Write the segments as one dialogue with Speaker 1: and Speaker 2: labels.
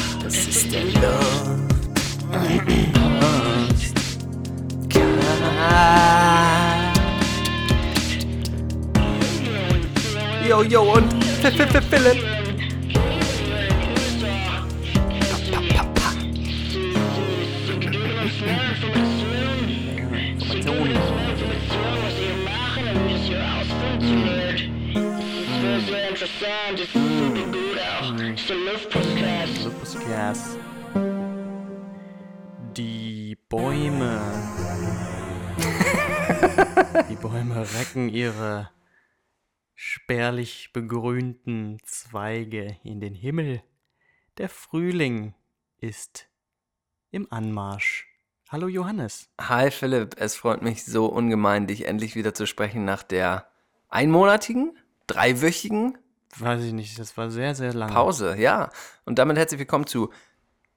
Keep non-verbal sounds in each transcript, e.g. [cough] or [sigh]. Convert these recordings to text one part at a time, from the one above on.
Speaker 1: aus der Luft und kam. Yo, yo und F- F- F- Philipp. Pa, pa, pa, pa. Informationen. Lupusgras. Die Bäume. Die Bäume recken ihre spärlich begrünten Zweige in den Himmel. Der Frühling ist im Anmarsch. Hallo Johannes.
Speaker 2: Hi Philipp, es freut mich so ungemein, dich endlich wieder zu sprechen nach der einmonatigen, dreiwöchigen
Speaker 1: Weiß ich nicht, das war sehr, sehr lang.
Speaker 2: Pause. Ja, und damit herzlich willkommen zu,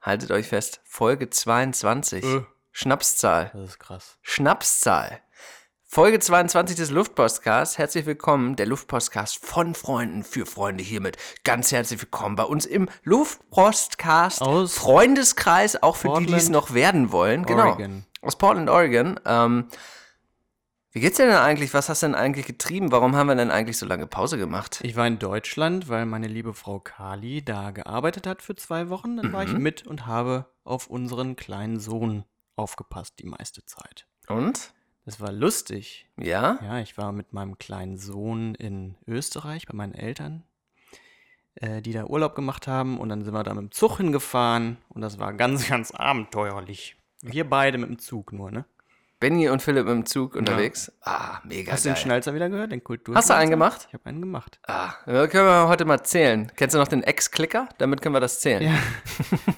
Speaker 2: haltet euch fest, Folge 22.
Speaker 1: Äh.
Speaker 2: Schnapszahl.
Speaker 1: Das ist krass.
Speaker 2: Schnapszahl. Folge 22 des Luftpostcasts. Herzlich willkommen, der Luftpostcast von Freunden für Freunde hiermit. Ganz herzlich willkommen bei uns im Luftpostcast
Speaker 1: Aus
Speaker 2: Freundeskreis, auch für die, die es
Speaker 1: Portland,
Speaker 2: noch werden wollen. Genau.
Speaker 1: Oregon.
Speaker 2: Aus Portland, Oregon. Ähm, wie geht's dir denn eigentlich? Was hast du denn eigentlich getrieben? Warum haben wir denn eigentlich so lange Pause gemacht?
Speaker 1: Ich war in Deutschland, weil meine liebe Frau Kali da gearbeitet hat für zwei Wochen. Dann war ich
Speaker 2: Mhm.
Speaker 1: mit und habe auf unseren kleinen Sohn aufgepasst die meiste Zeit.
Speaker 2: Und?
Speaker 1: Das war lustig.
Speaker 2: Ja?
Speaker 1: Ja, ich war mit meinem kleinen Sohn in Österreich bei meinen Eltern, äh, die da Urlaub gemacht haben. Und dann sind wir da mit dem Zug hingefahren. Und das war ganz, [laughs] ganz abenteuerlich. Wir beide mit dem Zug nur, ne?
Speaker 2: Benny und Philipp im Zug unterwegs. Ah, mega
Speaker 1: Hast du
Speaker 2: geil.
Speaker 1: den Schnalzer wieder gehört? Den Kultur.
Speaker 2: Hast du einen gemacht?
Speaker 1: Ich habe einen gemacht.
Speaker 2: Ah, da können wir heute mal zählen. Kennst du noch den Ex-Clicker? Damit können wir das zählen.
Speaker 1: Ja.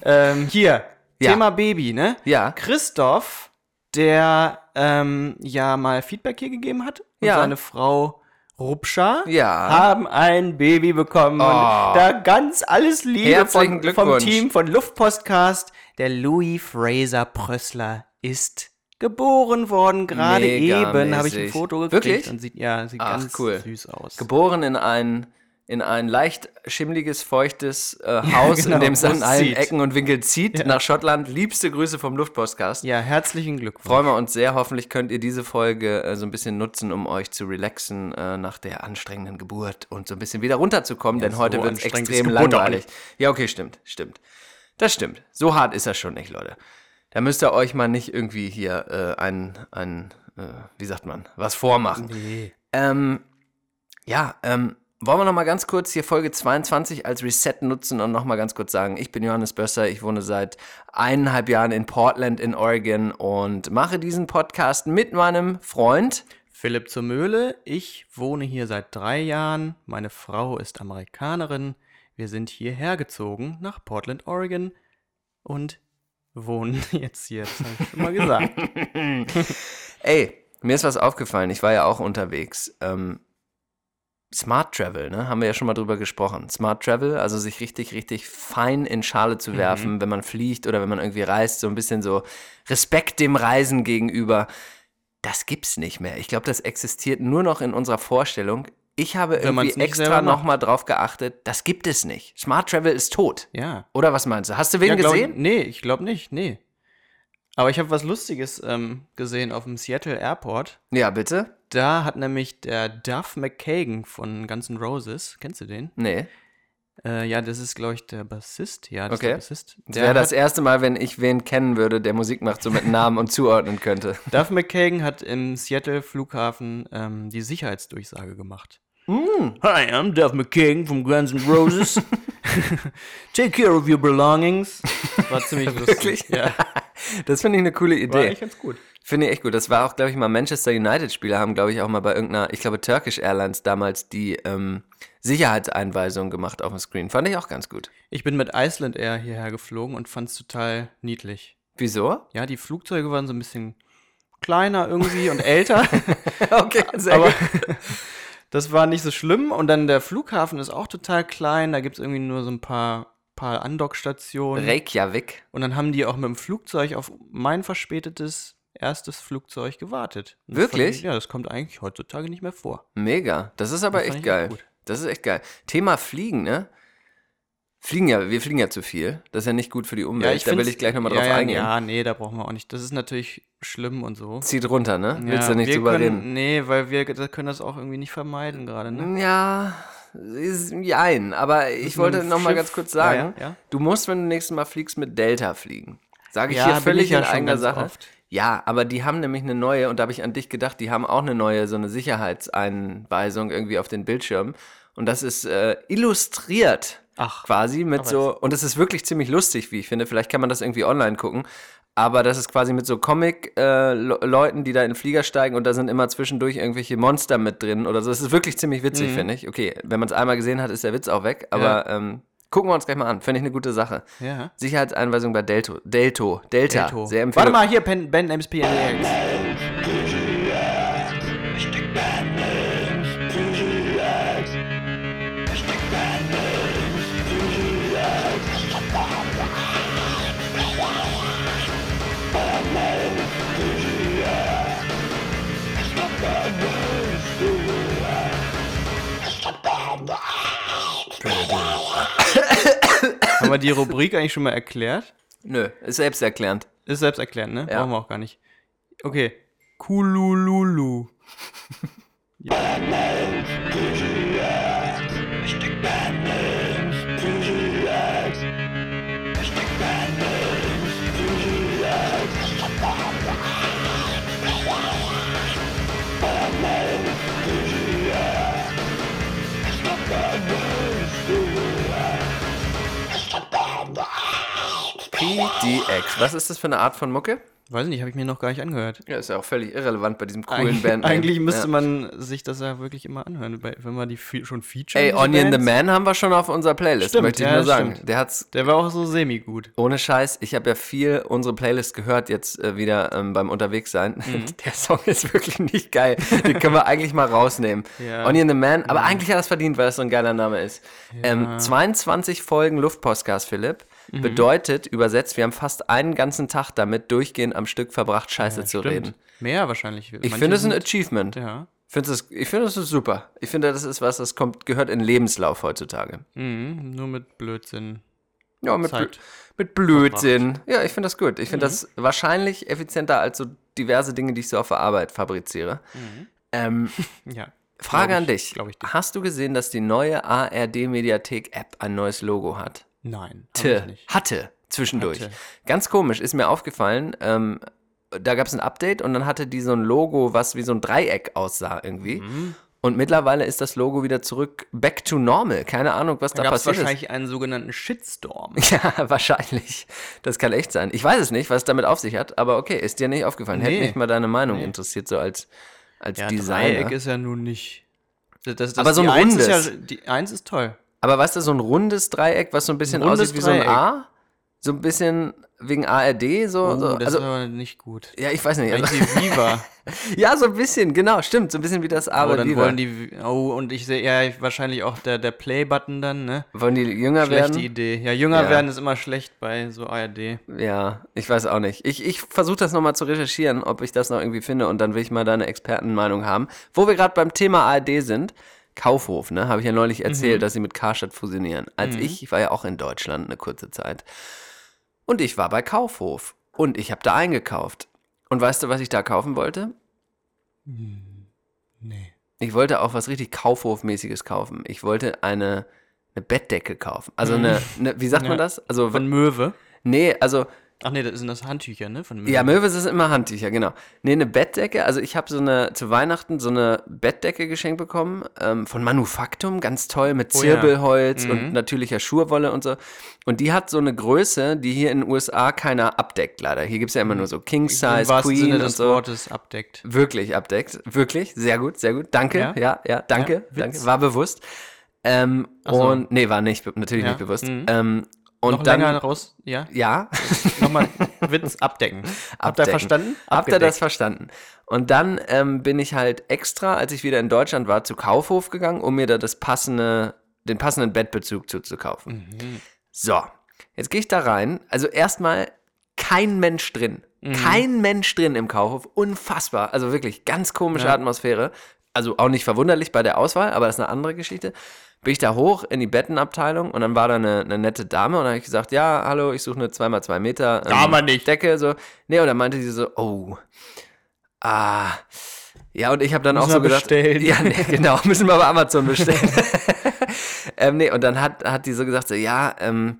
Speaker 1: ähm, hier,
Speaker 2: Ja.
Speaker 1: Thema Baby, ne?
Speaker 2: Ja.
Speaker 1: Christoph, der ähm, ja mal Feedback hier gegeben hat, und
Speaker 2: Ja.
Speaker 1: seine Frau Rupscha
Speaker 2: Ja.
Speaker 1: haben ein Baby bekommen. Und
Speaker 2: Oh.
Speaker 1: da ganz alles Liebe
Speaker 2: Herzlichen
Speaker 1: von, vom
Speaker 2: Glückwunsch.
Speaker 1: Team von Luftpostcast. Der Louis Fraser Prössler ist geboren worden, gerade eben. Habe ich ein
Speaker 2: Megamäßig.
Speaker 1: Foto gekriegt
Speaker 2: Wirklich?
Speaker 1: und sieht, ja, sieht
Speaker 2: Ach,
Speaker 1: ganz
Speaker 2: cool.
Speaker 1: süß aus.
Speaker 2: Geboren in ein, in ein leicht schimmliges, feuchtes äh, Haus,
Speaker 1: genau,
Speaker 2: in dem es
Speaker 1: wo
Speaker 2: an
Speaker 1: es
Speaker 2: allen
Speaker 1: zieht.
Speaker 2: Ecken und Winkeln zieht, nach Schottland. Liebste Grüße vom Luftpostcast.
Speaker 1: ja, herzlichen Glückwunsch.
Speaker 2: Freuen wir uns sehr. Hoffentlich könnt ihr diese Folge äh, so ein bisschen nutzen, um euch zu relaxen äh, nach der anstrengenden Geburt und so ein bisschen wieder runterzukommen, denn
Speaker 1: so
Speaker 2: heute wird es
Speaker 1: anstrengend ist
Speaker 2: extrem
Speaker 1: Geburt auch
Speaker 2: langweilig. Ja, okay, stimmt, stimmt. Das stimmt. So hart ist das schon nicht, Leute. Da müsst ihr euch mal nicht irgendwie hier äh, ein, ein äh, wie sagt man, was vormachen.
Speaker 1: Nee.
Speaker 2: Ähm, ja, ähm, wollen wir noch mal ganz kurz hier Folge 22 als Reset nutzen und noch mal ganz kurz sagen, ich bin Johannes Bösser, ich wohne seit eineinhalb Jahren in Portland in Oregon und mache diesen Podcast mit meinem Freund.
Speaker 1: Philipp zur Möhle. Ich wohne hier seit drei Jahren. Meine Frau ist Amerikanerin. Wir sind hierher gezogen nach Portland, Oregon und wohnen [laughs] jetzt hier. Das habe ich schon
Speaker 2: [laughs]
Speaker 1: mal gesagt.
Speaker 2: Ey, mir ist was aufgefallen, ich war ja auch unterwegs. Ähm, Smart Travel, ne? Haben wir ja schon mal drüber gesprochen. Smart Travel, also sich richtig, richtig fein in Schale
Speaker 1: Mhm.
Speaker 2: zu werfen, wenn man fliegt oder wenn man irgendwie reist, so ein bisschen so Respekt dem Reisen gegenüber. Das gibt's nicht mehr. Ich glaube, das existiert nur noch in unserer Vorstellung. Ich habe
Speaker 1: Wenn man's
Speaker 2: irgendwie
Speaker 1: nicht
Speaker 2: extra
Speaker 1: selber macht.
Speaker 2: nochmal drauf geachtet, das gibt es nicht. Smart Travel ist tot.
Speaker 1: Ja.
Speaker 2: Oder was meinst du? Hast du wen
Speaker 1: ja, glaub,
Speaker 2: gesehen?
Speaker 1: Nee, ich glaube nicht. Nee. Aber ich habe was Lustiges ähm, gesehen auf dem Seattle Airport.
Speaker 2: Ja, bitte?
Speaker 1: Da hat nämlich der Duff McKagan von Guns N' Roses, kennst du den?
Speaker 2: Nee.
Speaker 1: Äh, ja, das ist, glaube ich, der Bassist. Ja, das ist der
Speaker 2: Okay.
Speaker 1: Bassist.
Speaker 2: Das wäre
Speaker 1: hat-
Speaker 2: das erste Mal, wenn ich wen kennen würde, der Musik macht, so mit Namen und zuordnen könnte.
Speaker 1: Duff McKagan hat im Seattle Flughafen ähm, die Sicherheitsdurchsage gemacht.
Speaker 2: Mm.
Speaker 1: Hi, I'm Duff McKagan from Guns N' [laughs] Roses. Take care of your belongings. Das war ziemlich lustig.
Speaker 2: [laughs] Wirklich?
Speaker 1: Ja,
Speaker 2: [laughs] Das finde ich eine coole
Speaker 1: war
Speaker 2: Idee.
Speaker 1: echt ganz gut.
Speaker 2: Finde ich echt gut. Das war auch, glaube ich, mal Manchester United-Spieler haben, glaube ich, auch mal bei irgendeiner, ich glaube, Turkish Airlines damals die ähm, Sicherheitseinweisung gemacht auf dem Screen. Fand ich auch ganz gut.
Speaker 1: Ich bin mit Iceland Air hierher geflogen und fand es total niedlich.
Speaker 2: Wieso?
Speaker 1: Ja, die Flugzeuge waren so ein bisschen kleiner irgendwie und älter.
Speaker 2: [laughs] Okay, [laughs] sehr
Speaker 1: [laughs] aber
Speaker 2: gut.
Speaker 1: das war nicht so schlimm. Und dann der Flughafen ist auch total klein. Da gibt es irgendwie nur so ein paar, paar
Speaker 2: [laughs]
Speaker 1: Andockstationen.
Speaker 2: Reykjavik.
Speaker 1: Und dann haben die auch mit dem Flugzeug auf mein verspätetes erstes Flugzeug gewartet. Und das
Speaker 2: Wirklich?
Speaker 1: fand ich- ja, das kommt eigentlich heutzutage nicht mehr vor.
Speaker 2: Mega. Das ist aber
Speaker 1: Das fand
Speaker 2: echt
Speaker 1: ich auch
Speaker 2: geil.
Speaker 1: gut.
Speaker 2: Das ist echt geil. Thema Fliegen, ne? Fliegen ja, wir fliegen ja zu viel. Das ist ja nicht gut für die Umwelt. da will
Speaker 1: find's-
Speaker 2: ich gleich nochmal
Speaker 1: ja,
Speaker 2: drauf
Speaker 1: ja,
Speaker 2: eingehen.
Speaker 1: Ja, nee, da brauchen wir auch nicht. Das ist natürlich schlimm und so.
Speaker 2: Zieht runter, ne? Willst
Speaker 1: ja,
Speaker 2: du nicht
Speaker 1: wir
Speaker 2: drüber reden? Hm,
Speaker 1: können, Nee, weil wir da können das auch irgendwie nicht vermeiden gerade, ne?
Speaker 2: Ja, ist, jein. Aber ich wollte
Speaker 1: Mit
Speaker 2: noch mal
Speaker 1: Schiff-
Speaker 2: ganz kurz sagen,
Speaker 1: Ja, ja, ja.
Speaker 2: du musst, wenn du nächstes Mal fliegst, mit Delta fliegen. Sage ich
Speaker 1: Ja,
Speaker 2: hier
Speaker 1: bin
Speaker 2: völlig
Speaker 1: ich ja
Speaker 2: in
Speaker 1: schon
Speaker 2: eigener
Speaker 1: ganz
Speaker 2: Sache.
Speaker 1: oft.
Speaker 2: Ja, aber die haben nämlich eine neue, und da habe ich an dich gedacht, die haben auch eine neue, so eine Sicherheitseinweisung irgendwie auf den Bildschirm. Und das ist äh, illustriert
Speaker 1: Ach,
Speaker 2: quasi mit so, und es ist wirklich ziemlich lustig, wie ich finde. Vielleicht kann man das irgendwie online gucken. Aber das ist quasi mit so Comic-Leuten, die da in den Flieger steigen und da sind immer zwischendurch irgendwelche Monster mit drin oder so. Es ist wirklich ziemlich witzig,
Speaker 1: Mhm.
Speaker 2: finde ich. Okay, wenn man es einmal gesehen hat, ist der Witz auch weg. Aber ähm, gucken wir uns gleich mal an. Finde ich eine gute Sache.
Speaker 1: ja.
Speaker 2: Sicherheitseinweisung bei Delto. Delto. Delta.
Speaker 1: Delto.
Speaker 2: Sehr
Speaker 1: Warte
Speaker 2: empfehlenswert.
Speaker 1: mal, hier, Pen, Ben MSP NEX. Haben wir die Rubrik eigentlich schon mal erklärt?
Speaker 2: Nö, ist selbsterklärend.
Speaker 1: Ist selbsterklärend, ne?
Speaker 2: Ja.
Speaker 1: Brauchen wir auch gar nicht. Okay. Kulululu.
Speaker 2: PDX. Was ist das für eine Art von Mucke?
Speaker 1: Weiß nicht, habe ich mir noch gar nicht angehört.
Speaker 2: Ja, ist ja auch völlig irrelevant bei diesem coolen [laughs]
Speaker 1: Eig
Speaker 2: Band.
Speaker 1: eigentlich müsste
Speaker 2: ja.
Speaker 1: man sich das ja wirklich immer anhören, bei- wenn man die fe schon featuren.
Speaker 2: Ey,
Speaker 1: diese
Speaker 2: Onion the
Speaker 1: Bands.
Speaker 2: Man haben wir schon auf unserer Playlist,
Speaker 1: Stimmt,
Speaker 2: möchte ich
Speaker 1: ja,
Speaker 2: nur sagen.
Speaker 1: stimmt.
Speaker 2: Der hat's
Speaker 1: Der war auch so semi-gut.
Speaker 2: Ohne Scheiß, ich habe ja viel unsere Playlist gehört jetzt äh, wieder ähm, beim Unterwegssein. [laughs] Der Song ist wirklich nicht geil. Den können wir eigentlich mal [laughs] rausnehmen.
Speaker 1: Ja.
Speaker 2: Onion the Man, aber eigentlich hat er es verdient, weil das so ein geiler Name ist. Ähm, 22 Folgen Luftpostcast, Philipp, bedeutet übersetzt, wir haben fast einen ganzen Tag damit durchgehend am Stück verbracht, Scheiße zu reden.
Speaker 1: Mehr wahrscheinlich.
Speaker 2: Ich finde es ein Achievement.
Speaker 1: Ja.
Speaker 2: Find's das, ich finde, das ist super. Ich finde, das ist was, das kommt, gehört in den Lebenslauf heutzutage.
Speaker 1: Mhm, nur mit Blödsinn.
Speaker 2: Ja, mit,
Speaker 1: Zeit Mhm.
Speaker 2: Blö- mit Blödsinn. Ja, ich finde das gut. Ich finde das wahrscheinlich effizienter als so diverse Dinge, die ich so auf der Arbeit fabriziere.
Speaker 1: [laughs]
Speaker 2: Ähm,
Speaker 1: Ja.
Speaker 2: Frage
Speaker 1: Glaub
Speaker 2: an dich.
Speaker 1: Mhm. Ich, glaub ich dir.
Speaker 2: Hast du gesehen, dass die neue ARD-Mediathek-App ein neues Logo hat?
Speaker 1: Nein. hab ich
Speaker 2: Hatte.
Speaker 1: nicht.
Speaker 2: Hatte. Zwischendurch.
Speaker 1: Hatte.
Speaker 2: Ganz komisch, ist mir aufgefallen. Ähm, da gab es ein Update und dann hatte die so ein Logo, was wie so ein Dreieck aussah irgendwie.
Speaker 1: Mhm.
Speaker 2: Und mittlerweile ist das Logo wieder zurück back to normal. Keine Ahnung, was da,
Speaker 1: Da gab es
Speaker 2: passiert ist.
Speaker 1: wahrscheinlich einen sogenannten Shitstorm.
Speaker 2: [laughs] Ja, wahrscheinlich. Das kann echt sein. Ich weiß es nicht, was es damit auf sich hat, aber okay, ist dir nicht aufgefallen.
Speaker 1: Nee.
Speaker 2: Hätte mich mal deine Meinung interessiert, so als, als
Speaker 1: Ja,
Speaker 2: Designer.
Speaker 1: Dreieck ist ja nun nicht. Das, das, das,
Speaker 2: Aber so ein
Speaker 1: die Eins ist
Speaker 2: rundes.
Speaker 1: Ja, die Eins ist toll.
Speaker 2: aber weißt du, so ein rundes Dreieck, was so ein bisschen
Speaker 1: rundes
Speaker 2: aussieht wie so ein
Speaker 1: Dreieck.
Speaker 2: A? So ein bisschen wegen ARD, so.
Speaker 1: Oh,
Speaker 2: so
Speaker 1: das
Speaker 2: also,
Speaker 1: ist aber nicht gut.
Speaker 2: ja, ich weiß nicht. Also,
Speaker 1: Eigentlich
Speaker 2: [laughs]
Speaker 1: die Viva.
Speaker 2: ja, so ein bisschen, genau, stimmt. So ein bisschen wie das A
Speaker 1: Aber
Speaker 2: bei
Speaker 1: dann
Speaker 2: Viva.
Speaker 1: wollen die. Vi- Oh, und ich sehe ja wahrscheinlich auch der, der Play-Button dann, ne?
Speaker 2: wollen die jünger
Speaker 1: Schlechte
Speaker 2: werden?
Speaker 1: Idee. Ja, jünger
Speaker 2: Ja.
Speaker 1: werden ist immer schlecht bei so ARD.
Speaker 2: Ja, ich weiß auch nicht. Ich, ich versuche das nochmal zu recherchieren, ob ich das noch irgendwie finde und dann will ich mal deine Expertenmeinung haben. Wo wir gerade beim Thema ARD sind, Kaufhof, ne, habe ich ja
Speaker 1: Mhm.
Speaker 2: neulich erzählt, dass sie mit Karstadt fusionieren. Als ich, ich war ja auch in Deutschland eine kurze Zeit. Und ich war bei Kaufhof und ich habe da eingekauft. Und weißt du, was ich da kaufen wollte?
Speaker 1: Nee.
Speaker 2: Ich wollte auch was richtig Kaufhofmäßiges kaufen. Ich wollte eine, eine Bettdecke kaufen. Also eine, eine wie sagt man
Speaker 1: Mhm. Ja.
Speaker 2: das? Also
Speaker 1: Von Möwe.
Speaker 2: nee, also
Speaker 1: Ach nee, das sind das Handtücher, ne? Von Möwe.
Speaker 2: Ja, Möwes ist immer Handtücher, genau. Nee, eine Bettdecke. Also ich habe so eine, zu Weihnachten so eine Bettdecke geschenkt bekommen ähm, von Manufaktum, ganz toll, mit
Speaker 1: Oh ja.
Speaker 2: Zirbelholz und natürlicher Schurwolle und so. Und die hat so eine Größe, die hier in den USA keiner abdeckt, leider. Hier gibt's ja immer nur so King Size,
Speaker 1: Mhm. Im wahrsten
Speaker 2: Queen
Speaker 1: Sinne
Speaker 2: und
Speaker 1: des
Speaker 2: so.
Speaker 1: Wortes abdeckt.
Speaker 2: Wirklich abdeckt. Wirklich. Sehr gut, sehr gut. Danke. Ja,
Speaker 1: Ja?
Speaker 2: ja, danke.
Speaker 1: Ja, Witz.
Speaker 2: danke. War bewusst. Ähm,
Speaker 1: so.
Speaker 2: Und nee, war nicht, be- natürlich
Speaker 1: Ja,
Speaker 2: nicht bewusst.
Speaker 1: mhm.
Speaker 2: Ähm, und
Speaker 1: Noch
Speaker 2: dann,
Speaker 1: länger raus. Ja. [laughs]
Speaker 2: ja, [laughs]
Speaker 1: Nochmal Witz abdecken. Habt ihr
Speaker 2: Abdecken.
Speaker 1: verstanden?
Speaker 2: Habt ihr
Speaker 1: Abgedeckt.
Speaker 2: das verstanden? Und dann ähm, bin ich halt extra, als ich wieder in Deutschland war, zu Kaufhof gegangen, um mir da das passende, den passenden Bettbezug zuzukaufen. So, jetzt gehe ich da rein. Also erstmal kein Mensch drin. Kein Mensch drin im Kaufhof. Unfassbar. Also wirklich ganz komische Atmosphäre. Also auch nicht verwunderlich bei der Auswahl, aber das ist eine andere Geschichte. bin ich da hoch in die Bettenabteilung und dann war da eine, eine nette Dame und dann habe ich gesagt, ja, hallo, ich suche eine 2x2 Meter ähm,
Speaker 1: Dame nicht.
Speaker 2: Decke. So. Nee, und dann meinte sie so, oh, ah. Ja, und ich habe dann
Speaker 1: Müssen
Speaker 2: auch so
Speaker 1: wir
Speaker 2: gedacht,
Speaker 1: bestellen.
Speaker 2: ja, nee, genau, [laughs] müssen wir bei Amazon bestellen.
Speaker 1: [laughs]
Speaker 2: ähm, nee, und dann hat, hat die so gesagt, so, ja, ähm,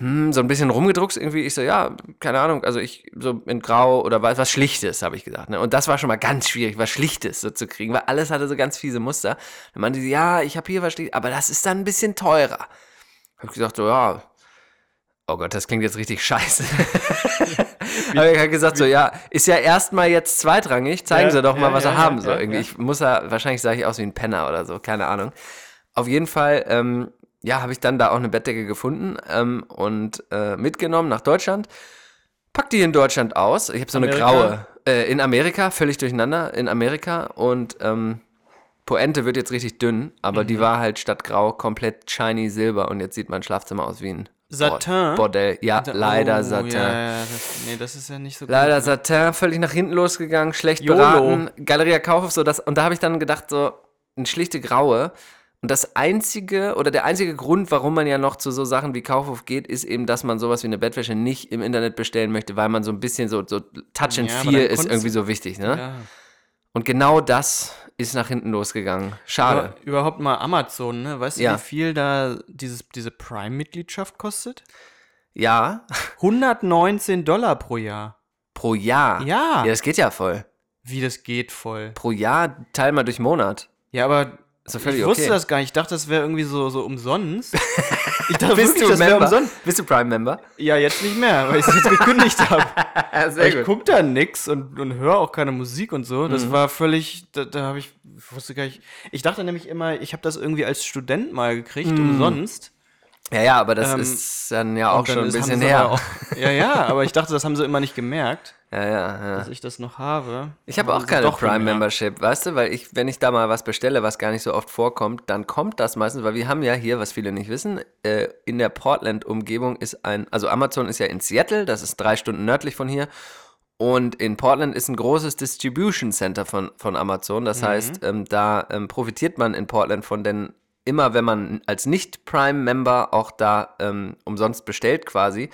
Speaker 2: hm, so ein bisschen rumgedruckst irgendwie. Ich so, ja, keine Ahnung, also ich so in Grau oder was, was Schlichtes, habe ich gesagt. Ne? Und das war schon mal ganz schwierig, was Schlichtes so zu kriegen, weil alles hatte so ganz fiese Muster. Dann meinte sie, ja, ich habe hier was Schlichtes, aber das ist dann ein bisschen teurer. Habe ich gesagt, so, ja, oh Gott, das klingt jetzt richtig
Speaker 1: [laughs]
Speaker 2: scheiße. [laughs] Aber ich habe gesagt, so, ja, ist ja erstmal jetzt zweitrangig, zeigen
Speaker 1: Ja,
Speaker 2: Sie doch mal,
Speaker 1: ja,
Speaker 2: was
Speaker 1: ja,
Speaker 2: er
Speaker 1: ja,
Speaker 2: haben soll.
Speaker 1: ja,
Speaker 2: irgendwie.
Speaker 1: ja.
Speaker 2: Ich muss ja, wahrscheinlich sah ich aus wie ein Penner oder so, keine Ahnung. Auf jeden Fall, ähm, ja, habe ich dann da auch eine Bettdecke gefunden ähm, und äh, mitgenommen nach Deutschland. Pack die in Deutschland aus. Ich habe so eine
Speaker 1: Amerika?
Speaker 2: graue. Äh, in Amerika, völlig durcheinander, in Amerika. Und ähm, Poente wird jetzt richtig dünn, aber
Speaker 1: Mhm.
Speaker 2: die war halt statt grau komplett shiny silber und jetzt sieht mein Schlafzimmer aus wie ein
Speaker 1: Satin?
Speaker 2: Bord- Bordell. Ja, leider
Speaker 1: oh,
Speaker 2: Satin.
Speaker 1: Ja, ja, das, nee, das ist ja nicht so
Speaker 2: Leider
Speaker 1: gut.
Speaker 2: Satin, völlig nach hinten losgegangen, schlecht
Speaker 1: YOLO.
Speaker 2: beraten. Galeria Kaufhof, so das. Und da habe ich dann gedacht, so eine schlichte Graue. Und das einzige oder der einzige Grund, warum man ja noch zu so Sachen wie Kaufhof geht, ist eben, dass man sowas wie eine Bettwäsche nicht im Internet bestellen möchte, weil man so ein bisschen so, so Touch and
Speaker 1: Ja, aber
Speaker 2: Feel
Speaker 1: dann
Speaker 2: ist
Speaker 1: konntest-
Speaker 2: irgendwie so wichtig, ne?
Speaker 1: Ja.
Speaker 2: Und genau das ist nach hinten losgegangen. Schade.
Speaker 1: Aber überhaupt mal Amazon, ne? Weißt du,
Speaker 2: Ja.
Speaker 1: wie viel da dieses, diese Prime-Mitgliedschaft kostet?
Speaker 2: Ja,
Speaker 1: 119 Dollar pro Jahr.
Speaker 2: pro Jahr.
Speaker 1: Ja.
Speaker 2: Ja, das geht ja voll.
Speaker 1: Wie das geht voll.
Speaker 2: Pro Jahr teil mal durch Monat.
Speaker 1: Ja, aber
Speaker 2: Ist doch
Speaker 1: ich
Speaker 2: völlig
Speaker 1: wusste
Speaker 2: okay.
Speaker 1: das gar nicht. Ich dachte, das wäre irgendwie so, so
Speaker 2: [laughs]
Speaker 1: umsonst. Ich dachte
Speaker 2: Bist
Speaker 1: [laughs] wirklich,
Speaker 2: du
Speaker 1: das wäre
Speaker 2: Member?
Speaker 1: umsonst.
Speaker 2: Bist du Prime-Member?
Speaker 1: Ja, jetzt nicht mehr, weil ich es jetzt gekündigt habe.
Speaker 2: [laughs] Sehr
Speaker 1: Ich guck da nix und, und höre auch keine Musik und so.
Speaker 2: Mhm.
Speaker 1: Das war völlig, da, da habe ich, ich wusste gar nicht. Ich dachte nämlich immer, ich habe das irgendwie als Student mal gekriegt,
Speaker 2: Mhm.
Speaker 1: umsonst.
Speaker 2: Ja, ja, aber das
Speaker 1: Ähm,
Speaker 2: ist dann ja auch
Speaker 1: Und dann
Speaker 2: schon ein
Speaker 1: ist- haben
Speaker 2: bisschen
Speaker 1: sie
Speaker 2: her.
Speaker 1: aber auch- ja, ja, aber ich dachte, das haben sie immer nicht gemerkt,
Speaker 2: ja, ja, ja.
Speaker 1: dass ich das noch habe.
Speaker 2: Ich habe
Speaker 1: Haben
Speaker 2: auch
Speaker 1: sie
Speaker 2: keine
Speaker 1: doch gemerkt.
Speaker 2: Prime-Membership, weißt du, weil ich, wenn ich da mal was bestelle, was gar nicht so oft vorkommt, dann kommt das meistens, weil wir haben ja hier, was viele nicht wissen, äh, in der Portland-Umgebung ist ein, also Amazon ist ja in Seattle, das ist drei Stunden nördlich von hier, und in Portland ist ein großes Distribution Center von, von Amazon.
Speaker 1: Mhm.
Speaker 2: Das heißt, ähm, da ähm, profitiert man in Portland von, denn immer wenn man als Nicht-Prime-Member auch da ähm, umsonst bestellt quasi,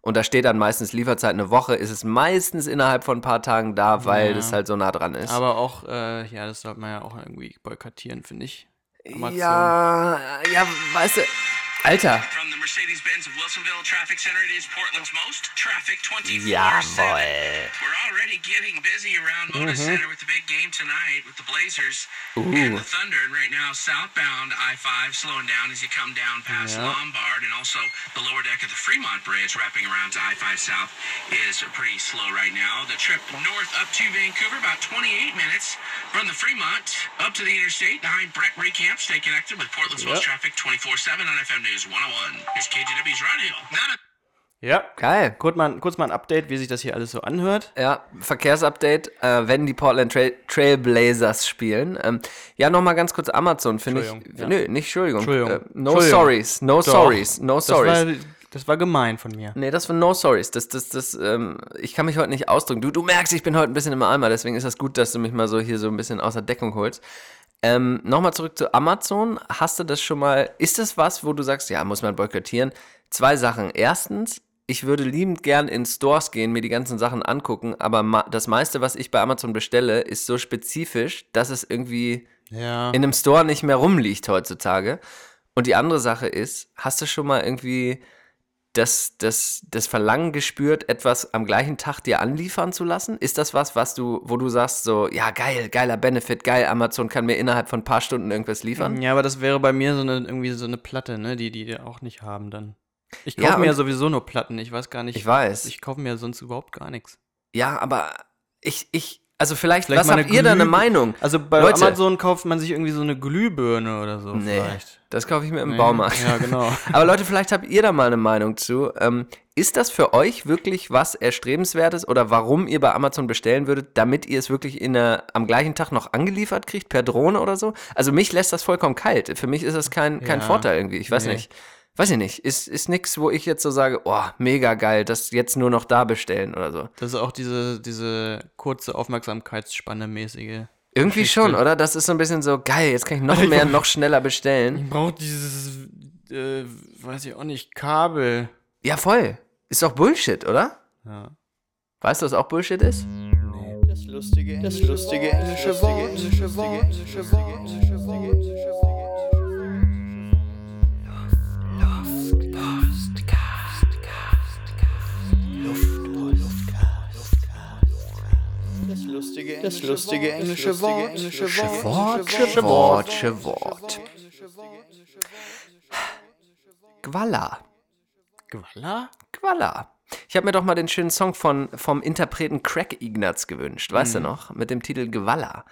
Speaker 2: und da steht dann meistens Lieferzeit eine Woche, ist es meistens innerhalb von ein paar Tagen da, weil
Speaker 1: Ja.
Speaker 2: das halt so nah dran ist.
Speaker 1: Aber auch, äh, ja, das sollte man ja auch irgendwie boykottieren, finde ich. Amazon.
Speaker 2: Ja, ja, weißt du. Alter,
Speaker 3: From the Mercedes-Benz of Wilsonville Traffic Center, it is Portland's most traffic 24/7.
Speaker 2: jawohl.
Speaker 3: We're already getting busy around Motor Center with the big game tonight with the Blazers and
Speaker 2: Ooh.
Speaker 3: the Thunder. And right now, southbound I-5 slowing down as you come down past Lombard and also the lower deck of the Fremont Bridge wrapping around to I-5 South is pretty slow right now. The trip north up to Vancouver, about 28 minutes from the Fremont up to the interstate. Behind Brett Recamp, stay connected with Portland's most traffic 24-7 on FM News 101. Here's KGW's Rod Hill. Not a
Speaker 1: Ja.
Speaker 2: Geil.
Speaker 1: Kurz mal, kurz mal ein Update, wie sich das hier alles so anhört.
Speaker 2: Ja, Verkehrsupdate, äh, wenn die Portland Trail Trailblazers spielen. Ähm, ja, nochmal ganz kurz Amazon, finde ich.
Speaker 1: Entschuldigung, ja.
Speaker 2: Nö, nicht Entschuldigung.
Speaker 1: Entschuldigung.
Speaker 2: Äh, no
Speaker 1: Entschuldigung.
Speaker 2: sorries, no sorries, no sorries.
Speaker 1: Das war, das war gemein von mir.
Speaker 2: Nee, das war No Sorries. Das, das, das, ähm, ich kann mich heute nicht ausdrücken. Du, du merkst, ich bin heute ein bisschen im Eimer, deswegen ist das gut, dass du mich mal so hier so ein bisschen außer Deckung holst. Ähm, Nochmal zurück zu Amazon. Hast du das schon mal, ist das was, wo du sagst, ja, muss man boykottieren? Zwei Sachen. Erstens, ich würde liebend gern in Stores gehen, mir die ganzen Sachen angucken, aber ma das meiste, was ich bei Amazon bestelle, ist so spezifisch, dass es irgendwie
Speaker 1: Ja.
Speaker 2: in einem Store nicht mehr rumliegt heutzutage. Und die andere Sache ist, hast du schon mal irgendwie das, das, das Verlangen gespürt, etwas am gleichen Tag dir anliefern zu lassen? Ist das was, was du, wo du sagst, so, ja, geil, geiler Benefit, geil, Amazon kann mir innerhalb von ein paar Stunden irgendwas liefern?
Speaker 1: ja, aber das wäre bei mir so eine, irgendwie so eine Platte, ne, die die auch nicht haben dann. Ich
Speaker 2: Ja,
Speaker 1: kaufe mir ja
Speaker 2: und-
Speaker 1: sowieso nur Platten, ich weiß gar nicht.
Speaker 2: Ich weiß.
Speaker 1: Ich kaufe mir sonst überhaupt gar nichts.
Speaker 2: Ja, aber ich, ich, also vielleicht,
Speaker 1: Vielleicht
Speaker 2: was
Speaker 1: mal
Speaker 2: habt ihr da eine
Speaker 1: Glüh-
Speaker 2: Meinung?
Speaker 1: Also bei
Speaker 2: Leute.
Speaker 1: Amazon kauft man sich irgendwie so eine Glühbirne oder so vielleicht.
Speaker 2: das kaufe ich mir im
Speaker 1: Nee.
Speaker 2: Baumarkt.
Speaker 1: Ja, genau.
Speaker 2: [laughs] Aber Leute, vielleicht habt ihr da mal eine Meinung zu. Ähm, ist das für euch wirklich was Erstrebenswertes oder warum ihr bei Amazon bestellen würdet, damit ihr es wirklich in der, am gleichen Tag noch angeliefert kriegt, per Drohne oder so? Also mich lässt das vollkommen kalt. Für mich ist das kein, kein
Speaker 1: Ja.
Speaker 2: Vorteil irgendwie. Ich weiß
Speaker 1: Nee.
Speaker 2: nicht. Weiß ich nicht. Ist, ist nix, wo ich jetzt so sage, oh, mega geil, das jetzt nur noch da bestellen oder so.
Speaker 1: Das ist auch diese, diese kurze Aufmerksamkeitsspanne mäßige.
Speaker 2: Irgendwie schon, oder? Das ist so ein bisschen so geil. Jetzt kann ich
Speaker 1: [laughs]
Speaker 2: noch mehr, noch schneller bestellen.
Speaker 1: Ich brauche dieses, äh, weiß ich auch nicht, Kabel.
Speaker 2: Ja, voll. Ist doch Bullshit, oder?
Speaker 1: Ja.
Speaker 2: Weißt du, was auch Bullshit ist?
Speaker 1: Das lustige, das lustige englische Das lustige englische Wort.
Speaker 2: Wort, Wort, Wort. Gwalla.
Speaker 1: Gwalla?
Speaker 2: Qualla. Ich habe mir doch mal den schönen Song von, vom Interpreten Craig Ignatz gewünscht, weißt du noch? Mit dem Titel Gewalla.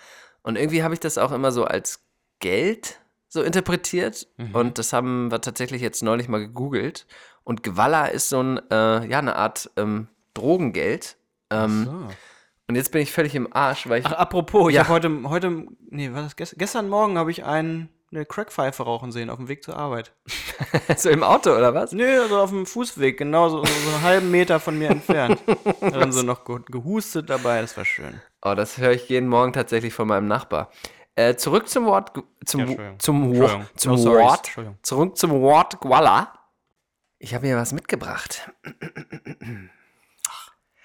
Speaker 2: Und irgendwie habe ich das auch immer so als Geld so interpretiert. Und das haben wir tatsächlich jetzt neulich mal gegoogelt. Und Gewalla ist so ein, äh, ja, eine Art ähm, Drogengeld. Ähm, Und jetzt bin ich völlig im Arsch, weil ich.
Speaker 1: Ach, apropos, ich
Speaker 2: Ja.
Speaker 1: habe heute, heute, nee, war das gestern, gestern Morgen habe ich einen, eine Crackpfeife rauchen sehen auf dem Weg zur Arbeit.
Speaker 2: [laughs] so im Auto oder was?
Speaker 1: Nö, also auf dem Fußweg, genau so, so einen halben Meter von mir entfernt. Hat Dann so noch ge- gehustet dabei, das war schön.
Speaker 2: Oh, das höre ich jeden Morgen tatsächlich von meinem Nachbar. Äh, zurück zum Wort,
Speaker 1: Ja,
Speaker 2: zum,
Speaker 1: Entschuldigung.
Speaker 2: zum,
Speaker 1: Entschuldigung.
Speaker 2: Wo- zum
Speaker 1: No, sorry,
Speaker 2: Wort,
Speaker 1: Entschuldigung.
Speaker 2: zurück zum Wort Guala. Ich habe hier was mitgebracht.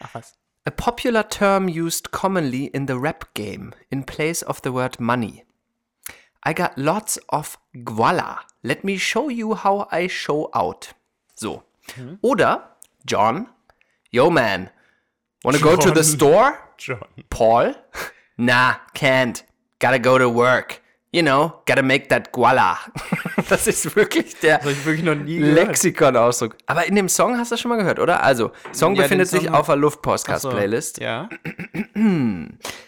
Speaker 1: Ach was.
Speaker 2: A popular term used commonly in the rap game in place of the word money. I got lots of Guala. Let me show you how I show out. So.
Speaker 1: Mhm.
Speaker 2: Oder John, yo man, wanna go to
Speaker 1: John.
Speaker 2: the store?
Speaker 1: John.
Speaker 2: Paul? [laughs] Nah, can't. Gotta go to work. You know, gotta make that guala. [laughs] Das ist wirklich der
Speaker 1: Das hab ich wirklich noch nie gehört.
Speaker 2: Lexikon-Ausdruck. Aber in dem Song hast du das schon mal gehört, oder? Also, Song
Speaker 1: Ja, den
Speaker 2: befindet sich
Speaker 1: Song-
Speaker 2: auf der
Speaker 1: So,
Speaker 2: Luftpodcast-Playlist.
Speaker 1: Ja.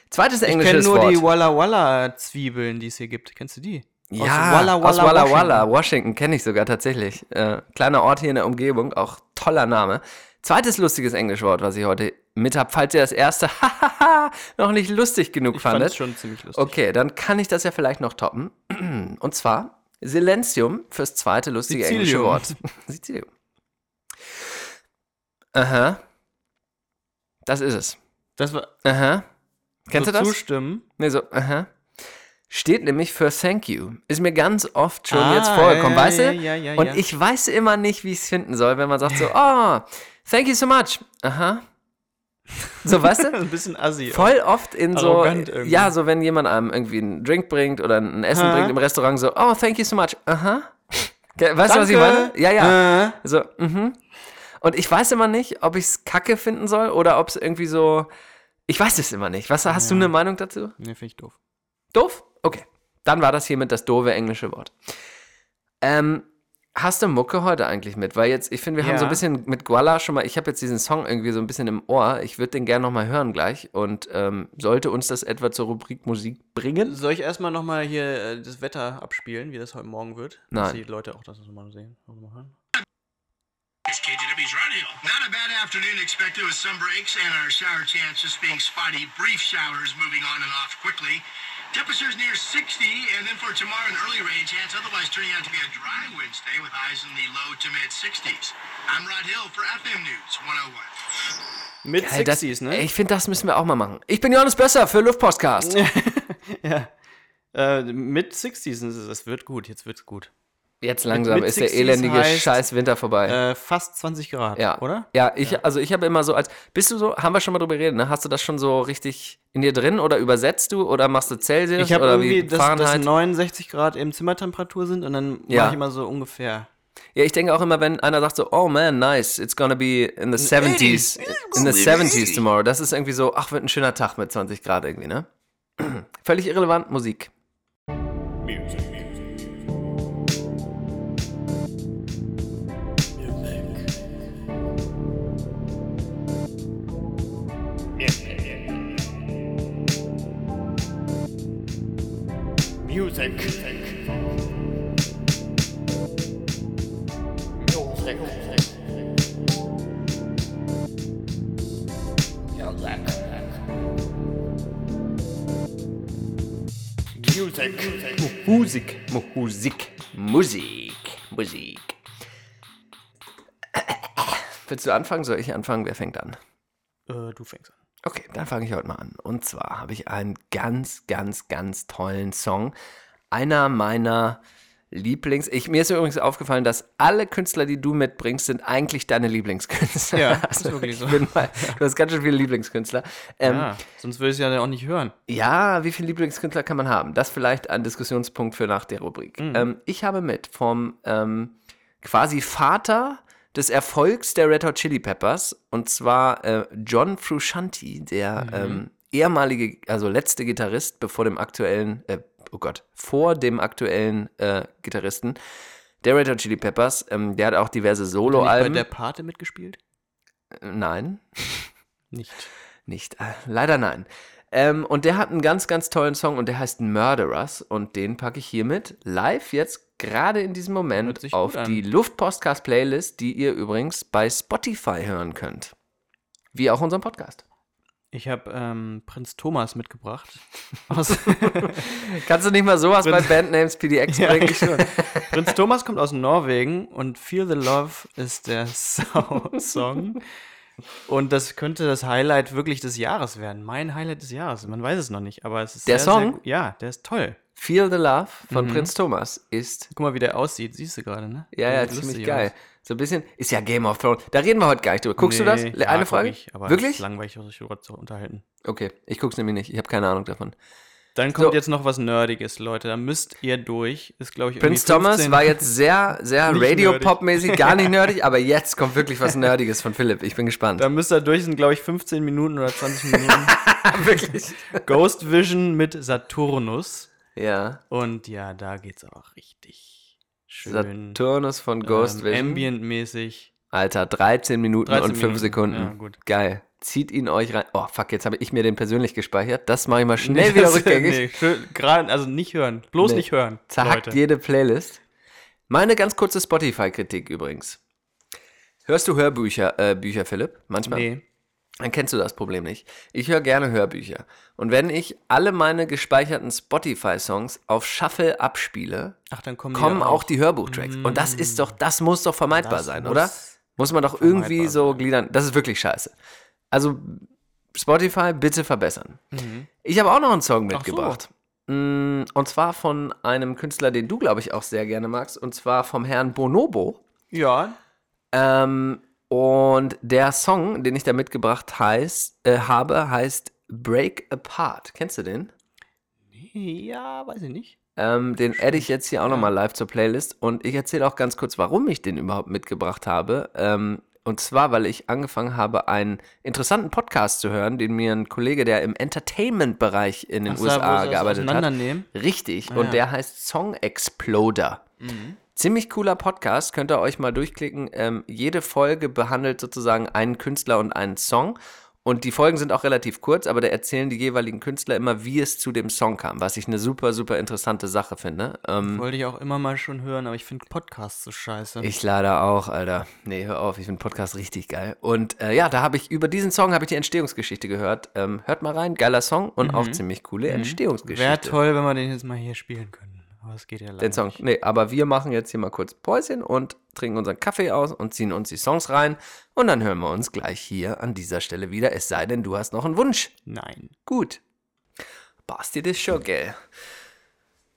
Speaker 2: Zweites
Speaker 1: Ich kenne
Speaker 2: englisches
Speaker 1: nur
Speaker 2: Wort.
Speaker 1: die Walla Walla Zwiebeln, die es hier gibt. Kennst du die? Aus
Speaker 2: ja,
Speaker 1: Walla Walla.
Speaker 2: aus Walla
Speaker 1: Washington.
Speaker 2: Walla. Washington kenne ich sogar tatsächlich. Äh, kleiner Ort hier in der Umgebung, auch toller Name. Zweites lustiges Englischwort, was ich heute mit habe, falls ihr das erste [laughs] noch nicht lustig genug
Speaker 1: Ich fand
Speaker 2: fandet.
Speaker 1: es schon ziemlich lustig.
Speaker 2: Okay, dann kann ich das ja vielleicht noch toppen. [clears throat] Und zwar Silenzium fürs zweite lustige
Speaker 1: Sizilium.
Speaker 2: englische
Speaker 1: [laughs]
Speaker 2: Wort. Sizilium. Aha. Das ist es.
Speaker 1: Das war
Speaker 2: Aha. Kennst
Speaker 1: so
Speaker 2: du das?
Speaker 1: zustimmen.
Speaker 2: Nee, so, aha. Steht nämlich für Thank you. Ist mir ganz oft schon
Speaker 1: Ah,
Speaker 2: jetzt vorgekommen,
Speaker 1: ja,
Speaker 2: weißt du?
Speaker 1: ja, ja, ja,
Speaker 2: Und
Speaker 1: ja.
Speaker 2: ich weiß immer nicht, wie ich es finden soll, wenn man sagt
Speaker 1: [laughs]
Speaker 2: so, oh, thank you so much. Aha. So, weißt du?
Speaker 1: [laughs] Ein bisschen assi.
Speaker 2: Voll oft in so,
Speaker 1: Arrogant irgendwie.
Speaker 2: ja, so wenn jemand einem irgendwie einen Drink bringt oder ein Essen
Speaker 1: Aha.
Speaker 2: bringt im Restaurant, so, oh, thank you so much. Aha. Ge- Weißt du, was ich meine?
Speaker 1: Danke.
Speaker 2: Ja, ja.
Speaker 1: Äh.
Speaker 2: So, mhm. Und ich weiß immer nicht, ob ich es kacke finden soll oder ob es irgendwie so, ich weiß es immer nicht. Was, hast du eine Meinung dazu?
Speaker 1: Nee, finde ich doof.
Speaker 2: Doof? Okay. Dann war das hiermit das doofe englische Wort. Ähm, hast du Mucke heute eigentlich mit? Weil jetzt, ich finde, wir haben
Speaker 1: Ja.
Speaker 2: so ein bisschen mit Guala schon mal, ich habe jetzt diesen Song irgendwie so ein bisschen im Ohr. Ich würde den gerne nochmal hören gleich. Und ähm, sollte uns das etwa zur Rubrik Musik bringen?
Speaker 1: Soll ich erstmal nochmal hier äh, das Wetter abspielen, wie das heute Morgen wird? Dass
Speaker 2: Nein.
Speaker 1: die Leute auch das nochmal sehen. auch noch mal hören.
Speaker 3: It's KGW's Radio. Not a bad afternoon expected with some breaks and our shower chances being spotty. Brief showers moving on and off quickly. Temperatures near 60, and then for tomorrow an early rain chance, otherwise turning out to be a dry Wednesday with highs in the low to mid 60s. I'm Rod Hill for FM News 101.
Speaker 1: Mit
Speaker 2: Ey, das-
Speaker 1: Sixies, ne?
Speaker 2: ey, Ich finde, das müssen wir auch mal machen. Ich bin Johannes Besser für Luftpodcast.
Speaker 1: Äh, mit Sixies, das das wird gut, jetzt wird's gut.
Speaker 2: Jetzt langsam
Speaker 1: mit
Speaker 2: ist der
Speaker 1: 60s
Speaker 2: elendige
Speaker 1: heißt,
Speaker 2: scheiß Winter vorbei.
Speaker 1: Äh, fast 20 Grad,
Speaker 2: ja.
Speaker 1: oder?
Speaker 2: Ja, ich, also ich habe immer so als, bist du so, haben wir schon mal drüber geredet, ne? Hast du das schon so richtig in dir drin oder übersetzt du oder machst du Celsius
Speaker 1: Ich habe
Speaker 2: oder wie
Speaker 1: irgendwie, dass, dass
Speaker 2: Fahrenheit?
Speaker 1: 69 Grad eben Zimmertemperatur sind und dann
Speaker 2: Ja.
Speaker 1: mache ich immer so ungefähr.
Speaker 2: Ja, ich denke auch immer, wenn einer sagt so, oh man, nice, it's gonna be in the 70s, in the 70s tomorrow. Das ist irgendwie so, ach, wird ein schöner Tag mit 20 Grad irgendwie, ne? [clears throat] Völlig irrelevant, Musik.
Speaker 4: Music. Music. Music. Music.
Speaker 2: Musik, Musik, Musik, Musik. Willst du anfangen? Soll ich anfangen? Wer fängt an?
Speaker 1: Äh, du fängst an.
Speaker 2: Okay, dann fange ich heute mal an. Und zwar habe ich einen ganz, ganz, ganz tollen Song. Einer meiner Lieblings. Ich, mir ist übrigens aufgefallen, dass alle Künstler, die du mitbringst, sind eigentlich deine Lieblingskünstler. [laughs] Also
Speaker 1: Ja, ist wirklich so.
Speaker 2: Ich bin
Speaker 1: [laughs]
Speaker 2: mal, du hast ganz schön viele Lieblingskünstler. Ähm,
Speaker 1: Ja, Ah, sonst würde ich es ja auch nicht hören.
Speaker 2: ja, wie viele Lieblingskünstler kann man haben? Das vielleicht ein Diskussionspunkt für nach der Rubrik.
Speaker 1: Mhm.
Speaker 2: Ähm, ich habe mit vom ähm, quasi Vater des Erfolgs der Red Hot Chili Peppers und zwar äh, John Frusciante, der
Speaker 1: Mhm.
Speaker 2: ähm, ehemalige, also letzte Gitarrist bevor dem aktuellen, äh, oh Gott, vor dem aktuellen äh, Gitarristen der Red Hot Chili Peppers. Ähm, der hat auch diverse
Speaker 1: Nicht bei
Speaker 2: Soloalben.
Speaker 1: der Pate mitgespielt?
Speaker 2: Äh, Nein.
Speaker 1: Nicht.
Speaker 2: Nicht. Äh, leider nein. Ähm, und der hat einen ganz, ganz tollen Song und der heißt Murderers und den packe ich hiermit live jetzt gerade in diesem
Speaker 1: Hört sich
Speaker 2: Moment
Speaker 1: gut
Speaker 2: auf
Speaker 1: an.
Speaker 2: die Luftpostcast-Playlist, die ihr übrigens bei Spotify hören könnt. Wie auch unseren Podcast.
Speaker 1: Ich habe ähm, Prinz
Speaker 2: [laughs]
Speaker 1: Thomas mitgebracht. Aus [laughs]
Speaker 2: Kannst du nicht mal sowas bei Bandnames
Speaker 1: [laughs]
Speaker 2: PDX
Speaker 1: Ja,
Speaker 2: bringen?
Speaker 1: ich Prinz Thomas kommt aus Norwegen und Feel the Love ist der Sau- Song. Und das könnte das Highlight wirklich des Jahres werden. Mein Highlight des Jahres. Man weiß es noch nicht, aber es ist
Speaker 2: Der
Speaker 1: sehr,
Speaker 2: Song?
Speaker 1: Sehr, gu- ja, der ist toll.
Speaker 2: Feel the Love von
Speaker 1: Mhm.
Speaker 2: Prinz Thomas ist
Speaker 1: Guck mal, wie der aussieht. Siehst du gerade, ne?
Speaker 2: Ja, ja,
Speaker 1: Sieht
Speaker 2: ziemlich
Speaker 1: lustig
Speaker 2: geil.
Speaker 1: aus.
Speaker 2: So ein bisschen, ist ja Game of Thrones. Da reden wir heute gar nicht drüber. Guckst du das?
Speaker 1: Nee,
Speaker 2: Le-
Speaker 1: ja,
Speaker 2: Eine
Speaker 1: guck
Speaker 2: Frage?
Speaker 1: Ich, aber Es ist
Speaker 2: Wirklich?
Speaker 1: langweilig, sich darüber zu unterhalten.
Speaker 2: Okay, ich guck's nämlich nicht. Ich habe keine Ahnung davon.
Speaker 1: Dann kommt
Speaker 2: So.
Speaker 1: jetzt noch was Nerdiges, Leute. Da müsst ihr durch. Ist, glaube ich, irgendwie
Speaker 2: Prince Thomas
Speaker 1: 15.
Speaker 2: war jetzt sehr, sehr
Speaker 1: Nicht
Speaker 2: Radio-Pop-mäßig, gar nicht
Speaker 1: [laughs]
Speaker 2: nerdig, aber jetzt kommt wirklich was Nerdiges von Philipp. Ich bin gespannt. [laughs]
Speaker 1: Da müsst ihr durch, sind, glaube ich, 15 Minuten oder 20 Minuten.
Speaker 2: wirklich?
Speaker 1: Ghost Vision mit Saturnus.
Speaker 2: Ja.
Speaker 1: Und ja, da geht's aber richtig schön. Ähm,
Speaker 2: Saturnus von Ghost Vision.
Speaker 1: Ambient-mäßig.
Speaker 2: Alter, 13 Minuten
Speaker 1: 13
Speaker 2: und 5
Speaker 1: Minuten.
Speaker 2: Sekunden.
Speaker 1: Ja, gut.
Speaker 2: Geil. Zieht ihn euch rein. Oh, fuck, jetzt habe ich mir den persönlich gespeichert. Das mache ich
Speaker 1: [laughs]
Speaker 2: mal schnell wieder
Speaker 1: das-
Speaker 2: rückgängig.
Speaker 1: nee, schön- gerade, also nicht hören. Bloß
Speaker 2: Nee.
Speaker 1: nicht hören.
Speaker 2: Zerhackt
Speaker 1: Leute.
Speaker 2: jede Playlist. Meine ganz kurze Spotify-Kritik übrigens. Hörst du Hörbücher, äh, Bücher, Philipp? Manchmal?
Speaker 1: Nee.
Speaker 2: Dann kennst du das Problem nicht. Ich höre gerne Hörbücher. Und wenn ich alle meine gespeicherten Spotify-Songs auf Shuffle abspiele,
Speaker 1: Ach, dann kommen,
Speaker 2: kommen
Speaker 1: die
Speaker 2: auch die Hörbuchtracks. Und das ist doch, das muss doch vermeidbar
Speaker 1: Mm. Das
Speaker 2: sein,
Speaker 1: muss
Speaker 2: oder? Muss man doch irgendwie
Speaker 1: vermeidbar
Speaker 2: so
Speaker 1: sein.
Speaker 2: gliedern. Das ist wirklich scheiße. Also, Spotify, bitte verbessern.
Speaker 1: Mhm.
Speaker 2: Ich habe auch noch einen Song mitgebracht. Mm, Und zwar von einem Künstler, den du, glaube ich, auch sehr gerne magst. Und zwar vom Herrn Bonobo.
Speaker 1: Ja.
Speaker 2: Ähm, und der Song, den ich da mitgebracht heißt, äh, habe, heißt Break Apart. Kennst du den?
Speaker 1: Ja, weiß ich nicht.
Speaker 2: Ähm, den adde ich jetzt hier auch nochmal live zur Playlist. Und ich erzähle auch ganz kurz, warum ich den überhaupt mitgebracht habe. Ähm, und zwar, weil ich angefangen habe, einen interessanten Podcast zu hören, den mir ein Kollege, der im Entertainment-Bereich in den
Speaker 1: Ach so, wo sie
Speaker 2: USA
Speaker 1: das
Speaker 2: gearbeitet hat.
Speaker 1: auseinandernehmen.
Speaker 2: Richtig.
Speaker 1: Ah,
Speaker 2: und
Speaker 1: ja.
Speaker 2: der heißt Song Exploder. Ziemlich cooler Podcast, könnt ihr euch mal durchklicken. Ähm, jede Folge behandelt sozusagen einen Künstler und einen Song. Und die Folgen sind auch relativ kurz, aber da erzählen die jeweiligen Künstler immer, wie es zu dem Song kam, was ich eine super, super interessante Sache finde. Ähm,
Speaker 1: Wollte ich auch immer mal schon hören, aber ich finde Podcasts so scheiße.
Speaker 2: ich leider auch, Alter. Nee, hör auf, ich finde Podcast richtig geil. Und äh, ja, da habe ich über diesen Song habe ich die Entstehungsgeschichte gehört. Ähm, hört mal rein, geiler Song und auch ziemlich coole Entstehungsgeschichte.
Speaker 1: Wäre toll, wenn wir den jetzt mal hier spielen können. Aber es geht ja leider
Speaker 2: Den Song.
Speaker 1: nicht.
Speaker 2: Nee, aber wir machen jetzt hier mal kurz Päuschen und trinken unseren Kaffee aus und ziehen uns die Songs rein. Und dann hören wir uns gleich hier an dieser Stelle wieder. Es sei denn, du hast noch einen Wunsch.
Speaker 1: Nein.
Speaker 2: Gut. Basti das schon, gell?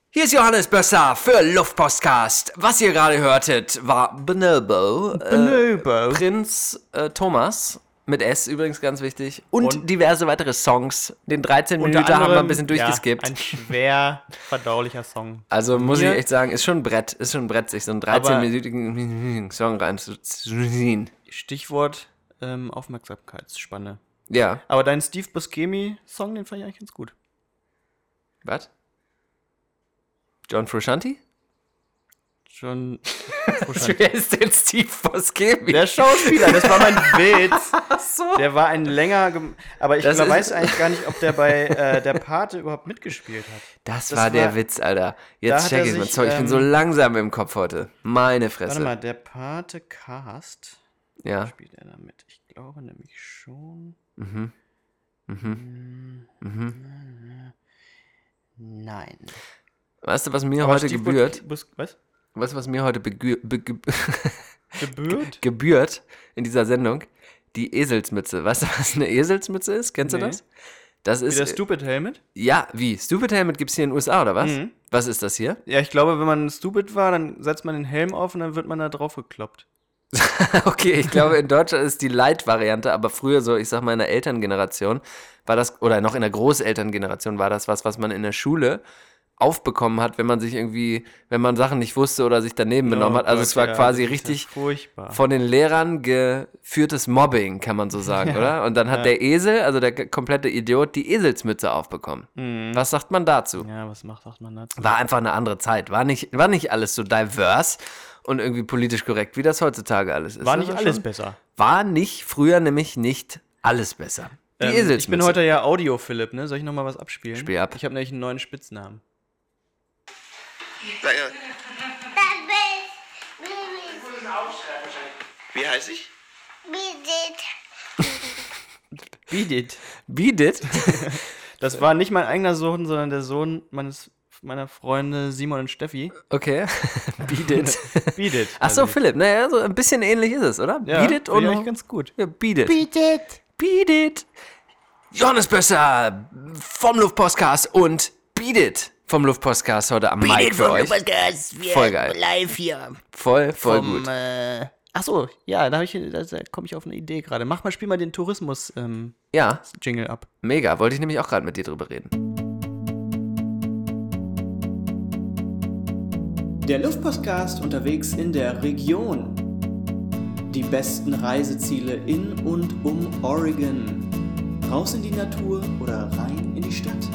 Speaker 2: Hier ist Johannes Bösser für Luftpostcast. Was ihr gerade hörtet, war Bonobo, äh,
Speaker 1: Blöber.
Speaker 2: Prinz äh, Thomas, mit S übrigens ganz wichtig, und, diverse weitere Songs. Den 13 Minuten haben wir ein bisschen durchgeskippt.
Speaker 1: Ja, ein schwer verdaulicher Song.
Speaker 2: Also muss ich
Speaker 1: mir-
Speaker 2: echt sagen, ist schon ein Brett, ist schon ein Brett, sich so einen
Speaker 1: Aber-
Speaker 2: 13-minütigen Song reinzuziehen.
Speaker 1: Stichwort ähm, Aufmerksamkeitsspanne.
Speaker 2: Ja.
Speaker 1: Aber dein Steve Buscemi-Song, den fand ich eigentlich ganz gut.
Speaker 2: Was? John
Speaker 1: [laughs]
Speaker 2: Frusciante?
Speaker 1: Schon.
Speaker 2: Wer ist denn Steve Buscemi? [laughs]
Speaker 1: Der Schauspieler, das war mein Witz. Der war ein länger. gem- Aber ich
Speaker 2: Das
Speaker 1: glaub,
Speaker 2: ist-
Speaker 1: weiß eigentlich gar nicht, ob der bei äh, der Pate überhaupt mitgespielt hat.
Speaker 2: Das,
Speaker 1: das
Speaker 2: war der
Speaker 1: war-
Speaker 2: Witz, Alter.
Speaker 1: da
Speaker 2: Jetzt
Speaker 1: hat
Speaker 2: check
Speaker 1: er
Speaker 2: ich mal.
Speaker 1: sich,
Speaker 2: Sorry, ich bin so
Speaker 1: ähm,
Speaker 2: langsam im Kopf heute. Meine
Speaker 1: Warte
Speaker 2: Fresse.
Speaker 1: mal, der Pate Cast.
Speaker 2: Ja.
Speaker 1: Spielt er damit? Ich glaube nämlich schon. Mhm. Mhm. Nein.
Speaker 2: Weißt du, was mir heute
Speaker 1: Steve
Speaker 2: gebührt?
Speaker 1: Bus was?
Speaker 2: [laughs] Weißt du, was mir heute begü- begü-
Speaker 1: [laughs] Gebührt?
Speaker 2: gebührt in dieser Sendung? Die Eselsmütze. Weißt du, was eine Eselsmütze ist? Kennst
Speaker 1: Nee.
Speaker 2: du das? Das
Speaker 1: Wie
Speaker 2: ist.
Speaker 1: der Stupid Helmet?
Speaker 2: ja, wie? Stupid Helmet gibt es hier in den USA, oder was?
Speaker 1: Mhm.
Speaker 2: Was ist das hier? [laughs]
Speaker 1: Ja, ich glaube, wenn man Stupid war, dann setzt man den Helm auf und dann wird man da drauf gekloppt.
Speaker 2: Okay, ich glaube, in Deutschland ist die Light-Variante, aber früher so, ich sag mal, in der Elterngeneration war das, oder noch in der Großelterngeneration war das was, was man in der Schule aufbekommen hat, wenn man sich irgendwie, wenn man Sachen nicht wusste oder sich daneben benommen hat. Also
Speaker 1: Oh Gott,
Speaker 2: es war
Speaker 1: Genau, ja,
Speaker 2: quasi
Speaker 1: das ist ja
Speaker 2: richtig
Speaker 1: furchtbar.
Speaker 2: von den Lehrern geführtes Mobbing, kann
Speaker 1: [laughs]
Speaker 2: man so sagen, oder? Und dann hat der Esel, also der k- komplette Idiot, die Eselsmütze aufbekommen.
Speaker 1: Mhm.
Speaker 2: Was sagt man dazu?
Speaker 1: ja, was macht sagt man dazu?
Speaker 2: War einfach eine andere Zeit. War nicht, war nicht alles so diverse und irgendwie politisch korrekt, wie das heutzutage alles ist.
Speaker 1: War
Speaker 2: Das
Speaker 1: nicht alles
Speaker 2: schon-
Speaker 1: besser.
Speaker 2: war nicht früher nämlich nicht alles besser. Die
Speaker 1: Ähm,
Speaker 2: Eselsmütze.
Speaker 1: ich bin heute ja Audio-Philipp, ne? Soll ich nochmal was abspielen?
Speaker 2: Spiel ab.
Speaker 1: Ich habe nämlich einen neuen Spitznamen.
Speaker 3: Sag äh, mal,
Speaker 5: Bitte,
Speaker 3: Wie heißt ich?
Speaker 1: Beat it.
Speaker 2: Beat
Speaker 1: [laughs]
Speaker 2: it.
Speaker 1: Das war nicht mein eigener Sohn, sondern der Sohn meines, meiner Freunde Simon und Steffi. [laughs]
Speaker 2: Okay. Beat it.
Speaker 1: Beat it.
Speaker 2: Ach so, Philipp. Naja, so ein bisschen ähnlich ist es, oder?
Speaker 1: Also- ja,
Speaker 2: Beat it
Speaker 1: finde
Speaker 2: und.
Speaker 1: ich eigentlich ganz gut.
Speaker 2: ja, beat it. Beat it. Beat it. Johannes Bösser vom Luftpostcast und Beat it vom Luftpostcast heute am Mic für euch.
Speaker 6: Lukas, wir
Speaker 2: Voll geil.
Speaker 6: live hier.
Speaker 2: Voll, voll gut.
Speaker 6: Äh,
Speaker 1: Um, Ach so, ja, da, hab ich- da da komme ich auf eine Idee gerade. Mach mal, spiel mal den Tourismus-Jingle
Speaker 2: Ja,
Speaker 1: ab.
Speaker 2: mega. Wollte ich nämlich auch gerade mit dir drüber reden.
Speaker 7: Der Luftpostcast unterwegs in der Region. Die besten Reiseziele in und um Oregon. Raus in die Natur oder rein in die Stadt.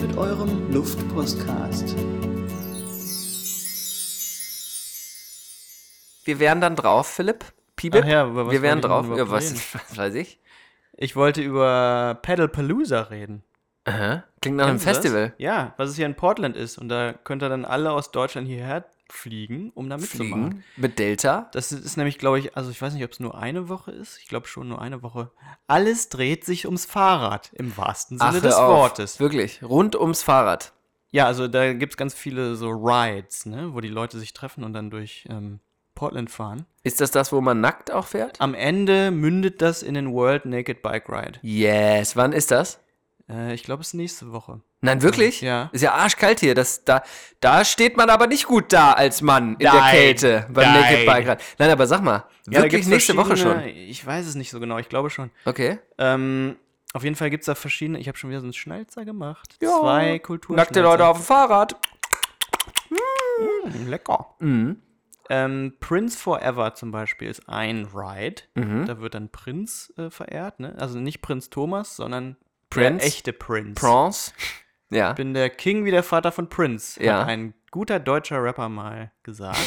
Speaker 7: Mit eurem Luftpostcast.
Speaker 2: Wir wären dann drauf, Philipp. Piebip.
Speaker 1: Ach ja, über was
Speaker 2: wir wären
Speaker 1: wollte ich
Speaker 2: drauf.
Speaker 1: denn
Speaker 2: Ja,
Speaker 1: überhaupt
Speaker 2: was,
Speaker 1: reden?
Speaker 2: [laughs] was weiß ich?
Speaker 1: Ich wollte über Paddlepalooza reden.
Speaker 2: Aha. Klingt nach einem
Speaker 1: Kennst du das?
Speaker 2: Festival.
Speaker 1: Ja, was es hier in Portland ist. Und da könnt ihr dann alle aus Deutschland hierher fliegen, um da mitzumachen.
Speaker 2: Fliegen mit Delta.
Speaker 1: Das ist nämlich, glaube ich, also ich weiß nicht, ob es nur eine Woche ist. Ich glaube schon nur eine Woche. Alles dreht sich ums Fahrrad im wahrsten Sinne
Speaker 2: hör
Speaker 1: des
Speaker 2: auf.
Speaker 1: Wortes.
Speaker 2: Wirklich. Rund ums Fahrrad.
Speaker 1: Ja, also da gibt es ganz viele so Rides, ne, wo die Leute sich treffen und dann durch ähm, Portland fahren.
Speaker 2: Ist das das, wo man nackt auch fährt?
Speaker 1: Am Ende mündet das in den World Naked Bike Ride.
Speaker 2: Yes. Wann ist das?
Speaker 1: Äh, ich glaube, es ist nächste Woche.
Speaker 2: Nein, wirklich?
Speaker 1: Ja.
Speaker 2: Ist ja arschkalt hier. Das, da, da steht man aber nicht gut da als Mann in der
Speaker 1: Nein.
Speaker 2: Kälte beim
Speaker 1: Nein.
Speaker 2: Naked Bike Ride. Nein, aber sag mal.
Speaker 1: Ja, da
Speaker 2: Wirklich
Speaker 1: gibt's
Speaker 2: nächste Woche schon.
Speaker 1: verschiedene- Ich weiß es nicht so genau, ich glaube schon.
Speaker 2: Okay.
Speaker 1: Ähm, auf jeden Fall gibt es da verschiedene, ich habe schon wieder so einen Schnalzer gemacht. Zwei Kulturen.
Speaker 2: Nackte Leute auf dem Fahrrad.
Speaker 1: Lecker.
Speaker 2: Mhm.
Speaker 1: Ähm, Prince Forever zum Beispiel ist ein Ride.
Speaker 2: Mhm.
Speaker 1: Da wird dann Prinz äh, verehrt. Ne? Also nicht Prinz Thomas, sondern
Speaker 2: Prinz?
Speaker 1: der echte Prinz.
Speaker 2: Bronze. Ja.
Speaker 1: Ich bin der King wie der Vater von Prince,
Speaker 2: Ja.
Speaker 1: hat ein guter deutscher Rapper mal
Speaker 2: [laughs]
Speaker 1: gesagt.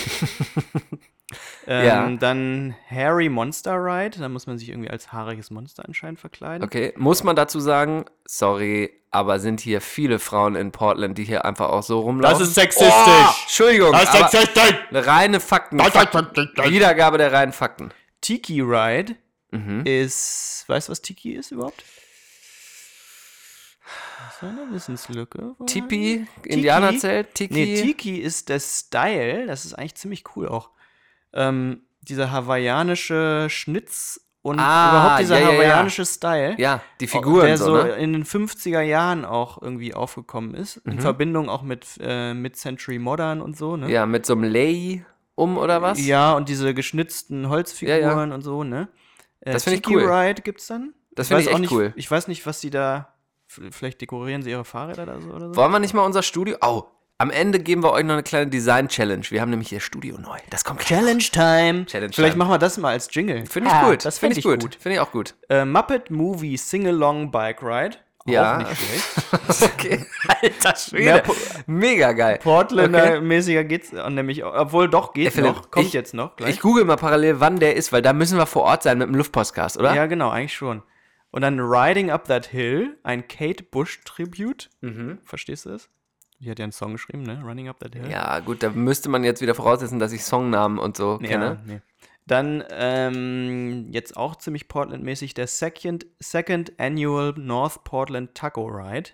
Speaker 1: ähm,
Speaker 2: Ja.
Speaker 1: Dann Harry Monster Ride. Da muss man sich irgendwie als haariges Monster anscheinend verkleiden.
Speaker 2: Okay, muss man dazu sagen, sorry, aber sind hier viele Frauen in Portland, die hier einfach auch so rumlaufen?
Speaker 4: Das ist sexistisch.
Speaker 2: Oh, Entschuldigung,
Speaker 4: Das ist
Speaker 2: aber
Speaker 4: sexistisch.
Speaker 2: eine reine Fakten.
Speaker 4: Das ist
Speaker 2: Fakten.
Speaker 4: sexistisch.
Speaker 2: Wiedergabe der reinen Fakten.
Speaker 1: Tiki Ride
Speaker 2: Mhm.
Speaker 1: ist. Weißt du, was Tiki ist überhaupt? Das ist eine Wissenslücke.
Speaker 2: Tipi, Indianerzelt, Tiki.
Speaker 1: Nee, Tiki ist der Style, das ist eigentlich ziemlich cool auch. Ähm, dieser hawaiianische Schnitz und
Speaker 2: Ah,
Speaker 1: überhaupt dieser
Speaker 2: ja, ja, ja.
Speaker 1: hawaiianische Style. oh,
Speaker 2: Ja, die Figuren
Speaker 1: Der
Speaker 2: so,
Speaker 1: so
Speaker 2: ne?
Speaker 1: in den 50er Jahren auch irgendwie aufgekommen ist.
Speaker 2: Mhm.
Speaker 1: In Verbindung auch mit äh, Mid-Century Modern und so, ne?
Speaker 2: ja, mit so einem Lei um oder was?
Speaker 1: Ja, und diese geschnitzten Holzfiguren
Speaker 2: Ja,
Speaker 1: und so, ne? Äh,
Speaker 2: Das find ich
Speaker 1: Tiki
Speaker 2: cool.
Speaker 1: Ride gibt's dann.
Speaker 2: Das find
Speaker 1: weiß
Speaker 2: ich
Speaker 1: auch
Speaker 2: echt
Speaker 1: nicht,
Speaker 2: cool.
Speaker 1: Ich weiß nicht, was die da. v- Vielleicht dekorieren sie ihre Fahrräder da so oder so.
Speaker 2: Wollen wir nicht mal unser Studio? Oh, am Ende geben wir euch noch eine kleine Design-Challenge. Wir haben nämlich hier Studio neu. Das kommt gleich.
Speaker 1: Challenge Time.
Speaker 2: Challenge
Speaker 1: Vielleicht
Speaker 2: Time.
Speaker 1: machen wir das mal als Jingle.
Speaker 2: Finde ich
Speaker 1: Ah,
Speaker 2: gut.
Speaker 1: Das finde
Speaker 2: finde
Speaker 1: find ich
Speaker 2: gut.
Speaker 1: gut.
Speaker 2: Finde ich auch gut. [laughs]
Speaker 1: Äh, Muppet Movie Sing-Along Bike Ride.
Speaker 2: Ja.
Speaker 1: Auch
Speaker 2: [laughs]
Speaker 1: nicht schlecht. [laughs]
Speaker 2: okay. Alter
Speaker 1: Mehr
Speaker 2: Schwede.
Speaker 1: Po-
Speaker 2: Mega geil.
Speaker 1: Portlander-mäßiger geht's äh, nämlich, obwohl doch geht
Speaker 2: Philipp,
Speaker 1: noch. Kommt
Speaker 2: ich-
Speaker 1: jetzt noch gleich.
Speaker 2: Ich google mal parallel, wann der ist, weil da müssen wir vor Ort sein mit dem Luftpostcast, oder?
Speaker 1: ja, genau, eigentlich schon. Und dann Riding Up That Hill, ein Kate Bush-Tribute.
Speaker 2: Mhm.
Speaker 1: Verstehst du das? Die hat ja einen Song geschrieben, ne? Running Up That Hill.
Speaker 2: Ja, gut, da müsste man jetzt wieder voraussetzen, dass ich Songnamen und so
Speaker 1: Ja,
Speaker 2: kenne.
Speaker 1: nee. Dann ähm, jetzt auch
Speaker 2: [laughs]
Speaker 1: ziemlich Portland-mäßig der Second, Second Annual North Portland Taco Ride.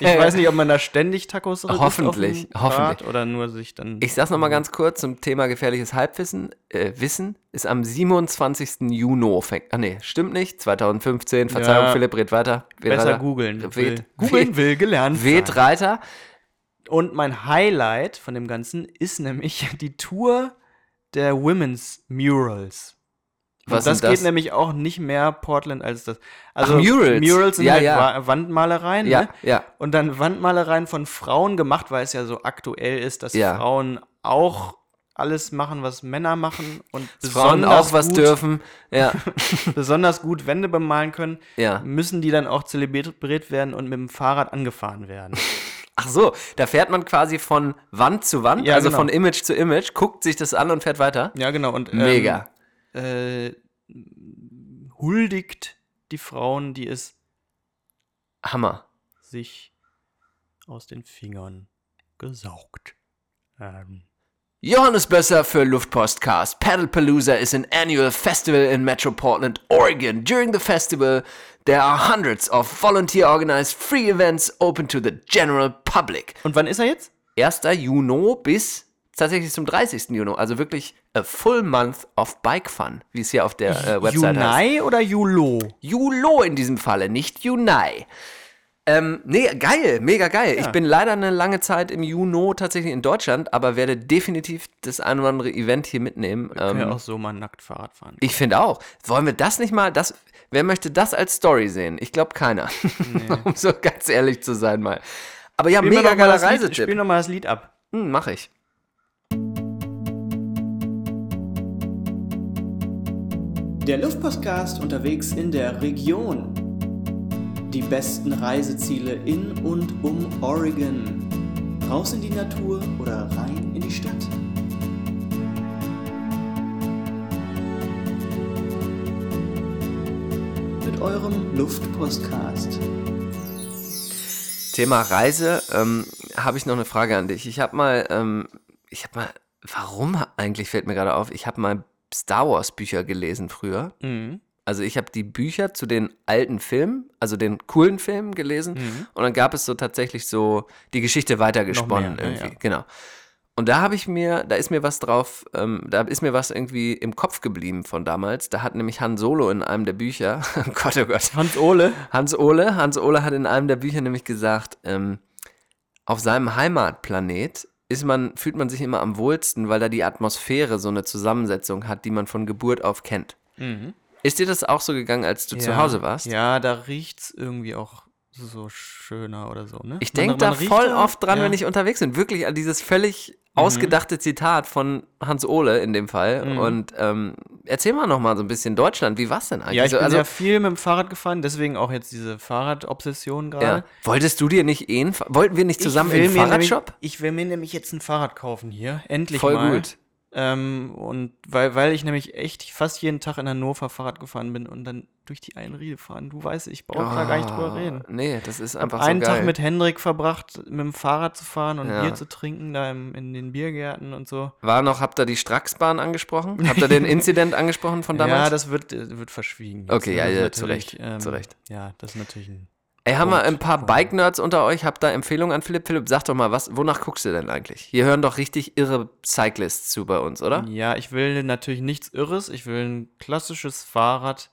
Speaker 1: Ich weiß nicht, ob man da ständig Tacos drin isst auf
Speaker 2: Hoffentlich,
Speaker 1: dem
Speaker 2: hoffentlich.
Speaker 1: Brat Oder nur sich dann.
Speaker 2: Ich sag's nochmal ganz kurz zum Thema gefährliches Halbwissen. Äh, Wissen ist am 27. Juni fängt. Ah nee, stimmt nicht. 2015. Verzeihung,
Speaker 1: Ja.
Speaker 2: Philipp, red weiter. Red
Speaker 1: besser
Speaker 2: weiter.
Speaker 1: googeln.
Speaker 2: Red,
Speaker 1: Will. Googeln
Speaker 2: red,
Speaker 1: will gelernt.
Speaker 2: red
Speaker 1: sein.
Speaker 2: Reiter.
Speaker 1: Und mein Highlight von dem Ganzen ist nämlich [laughs] die Tour der Women's Murals. Und
Speaker 2: Was
Speaker 1: das
Speaker 2: sind
Speaker 1: geht
Speaker 2: das?
Speaker 1: nämlich auch nicht mehr Portland als das. Also
Speaker 2: Murals.
Speaker 1: Murals sind
Speaker 2: Ja,
Speaker 1: halt
Speaker 2: ja.
Speaker 1: Wa- Wandmalereien,
Speaker 2: Ja,
Speaker 1: ne?
Speaker 2: ja.
Speaker 1: Und dann Wandmalereien von Frauen gemacht, weil es ja so aktuell ist, dass
Speaker 2: Ja.
Speaker 1: Frauen auch alles machen, was Männer machen und
Speaker 2: Dass Frauen
Speaker 1: besonders
Speaker 2: auch was
Speaker 1: gut,
Speaker 2: dürfen. Ja,
Speaker 1: [laughs] besonders gut Wände bemalen können,
Speaker 2: ja.
Speaker 1: müssen die dann auch zelebriert werden und mit dem Fahrrad
Speaker 2: [laughs]
Speaker 1: angefahren werden.
Speaker 2: Ach so, da fährt man quasi von Wand zu Wand,
Speaker 1: Ja,
Speaker 2: also
Speaker 1: genau.
Speaker 2: von Image zu Image, guckt sich das an und fährt weiter.
Speaker 1: Ja, genau. Und, ähm,
Speaker 2: Mega.
Speaker 1: äh, huldigt die Frauen, die es
Speaker 2: Hammer.
Speaker 1: sich aus den Fingern gesaugt. Ähm,
Speaker 2: Johannes Bösser für Luftpostcast. Paddlepalooza is an annual festival in Metro Portland, Oregon. During the festival, there are hundreds of volunteer organized free events open to the general public.
Speaker 1: und wann ist er jetzt?
Speaker 2: 1. Juni bis tatsächlich zum 30. Juni, also wirklich a full month of bike fun, wie es hier auf der äh, Website heißt.
Speaker 1: Junai oder Julo?
Speaker 2: Julo in diesem Falle, nicht Junai. Ähm, nee, geil, mega geil. Ich bin leider eine lange Zeit im Juno tatsächlich in Deutschland, aber werde definitiv das ein oder andere Event hier mitnehmen.
Speaker 1: Kann ja
Speaker 2: Ähm,
Speaker 1: auch so mal nackt Fahrrad fahren.
Speaker 2: ich finde auch. Wollen wir das nicht mal, das, wer möchte das als Story sehen? Ich glaube keiner. [laughs] um so ganz ehrlich zu sein mal. Aber ja,
Speaker 1: Spiel mir
Speaker 2: mega
Speaker 1: doch mal
Speaker 2: geiler
Speaker 1: das Lied- Spiel
Speaker 2: Reisetipp.
Speaker 1: nochmal das Lied ab.
Speaker 2: Hm, mach ich.
Speaker 7: Der Luftpostcast unterwegs in der Region. Die besten Reiseziele in und um Oregon. Raus in die Natur oder rein in die Stadt. Mit eurem Luftpostcast.
Speaker 2: Thema Reise, ähm, habe ich noch eine Frage an dich. Ich habe mal, ähm, ich habe mal, warum eigentlich fällt mir gerade auf, ich habe mal Star Wars Bücher gelesen früher.
Speaker 1: Mhm.
Speaker 2: Also ich habe die Bücher zu den alten Filmen, also den coolen Filmen gelesen
Speaker 1: Mhm.
Speaker 2: und dann gab es so tatsächlich so die Geschichte weitergesponnen
Speaker 1: Noch mehr, ne,
Speaker 2: irgendwie.
Speaker 1: ja.
Speaker 2: Genau. Und da habe ich mir, da ist mir was drauf, ähm, da ist mir was irgendwie im Kopf geblieben von damals. Da hat nämlich Han Solo in einem der Bücher, [laughs] Gott, oh Gott,
Speaker 1: Hans Ole.
Speaker 2: Hans Ole, Hans Ole hat in einem der Bücher nämlich gesagt, ähm, auf seinem Heimatplanet ist man, fühlt man sich immer am wohlsten, weil da die Atmosphäre so eine Zusammensetzung hat, die man von Geburt auf kennt. Ist dir das auch so gegangen, als du zu Hause warst?
Speaker 1: Mhm. Ja, da riecht's irgendwie auch so schöner oder so, ne?
Speaker 2: Ich
Speaker 1: Man-
Speaker 2: denke
Speaker 1: man
Speaker 2: da
Speaker 1: riecht
Speaker 2: voll
Speaker 1: da-
Speaker 2: oft dran,
Speaker 1: ja. Mhm.
Speaker 2: wenn ich unterwegs bin. Wirklich an dieses völlig ausgedachte Zitat von Hans Ole in dem Fall. Und ähm, erzähl mal nochmal so ein bisschen Deutschland. Wie war's denn eigentlich?
Speaker 1: Ja, ich
Speaker 2: so,
Speaker 1: bin
Speaker 2: also,
Speaker 1: ja viel mit dem Fahrrad gefahren, deswegen auch jetzt diese Fahrradobsession gerade.
Speaker 2: ja. Wolltest du dir nicht eh einen, Fa- wollten wir nicht zusammen
Speaker 1: will
Speaker 2: in den
Speaker 1: mir
Speaker 2: Fahrradshop?
Speaker 1: Nämlich, ich will mir nämlich jetzt ein Fahrrad kaufen hier. Endlich
Speaker 2: Voll
Speaker 1: mal.
Speaker 2: gut.
Speaker 1: Ähm, und weil, weil ich nämlich echt fast jeden Tag in Hannover Fahrrad gefahren bin und dann durch die Einriede fahren. Du weißt, ich brauche da gar nicht drüber
Speaker 2: Ah,
Speaker 1: reden.
Speaker 2: Nee, das ist
Speaker 1: Hab
Speaker 2: einfach
Speaker 1: einen
Speaker 2: so geil.
Speaker 1: Tag mit Hendrik verbracht, mit dem Fahrrad zu fahren und
Speaker 2: Ja.
Speaker 1: Bier zu trinken, da im, in den Biergärten und so.
Speaker 2: War noch, habt ihr die Stracksbahn angesprochen? Habt ihr
Speaker 1: [laughs]
Speaker 2: den Incident angesprochen von damals?
Speaker 1: Ja, das wird, äh, wird verschwiegen. jetzt,
Speaker 2: Okay,
Speaker 1: ne?
Speaker 2: ja,
Speaker 1: Das
Speaker 2: ja,
Speaker 1: ist
Speaker 2: zu
Speaker 1: natürlich,
Speaker 2: Recht, zu Recht.
Speaker 1: Ja, das ist natürlich ein.
Speaker 2: Ey, haben wir ein paar
Speaker 1: Punkt.
Speaker 2: Bike-Nerds unter euch? Habt da Empfehlungen an Philipp? Philipp, sag doch mal, was, wonach guckst du denn eigentlich? Hier hören doch richtig irre Cyclists zu bei uns, oder?
Speaker 1: Ja, ich will natürlich nichts Irres. Ich will ein klassisches Fahrrad,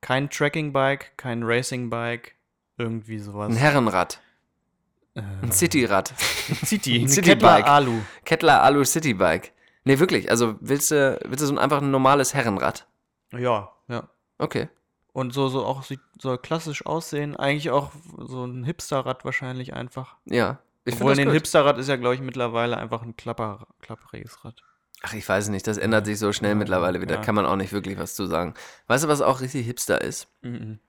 Speaker 1: kein Tracking-Bike, kein Racing-Bike, irgendwie
Speaker 2: Ein
Speaker 1: sowas.
Speaker 2: Herrenrad.
Speaker 1: [laughs]
Speaker 2: Ein Cityrad.
Speaker 1: City,
Speaker 2: ein
Speaker 1: ein
Speaker 2: Citybike.
Speaker 1: Kettler Alu.
Speaker 2: Kettler Alu Citybike. Nee, wirklich. Also willst du, willst du so ein, einfach ein normales Herrenrad?
Speaker 1: Ja, ja.
Speaker 2: Okay.
Speaker 1: Und so, so auch sieht, soll klassisch aussehen. Eigentlich auch so ein Hipsterrad wahrscheinlich einfach.
Speaker 2: Ja. Ich
Speaker 1: Obwohl,
Speaker 2: finde
Speaker 1: ein
Speaker 2: das gut.
Speaker 1: Hipsterrad ist ja, glaube ich, mittlerweile einfach ein klapper, klapperiges Rad.
Speaker 2: Ach, ich weiß nicht, das ändert sich so schnell mittlerweile wieder.
Speaker 1: ja.
Speaker 2: Kann man auch nicht wirklich was zu sagen. Weißt du, was auch richtig hipster ist?
Speaker 1: Mhm.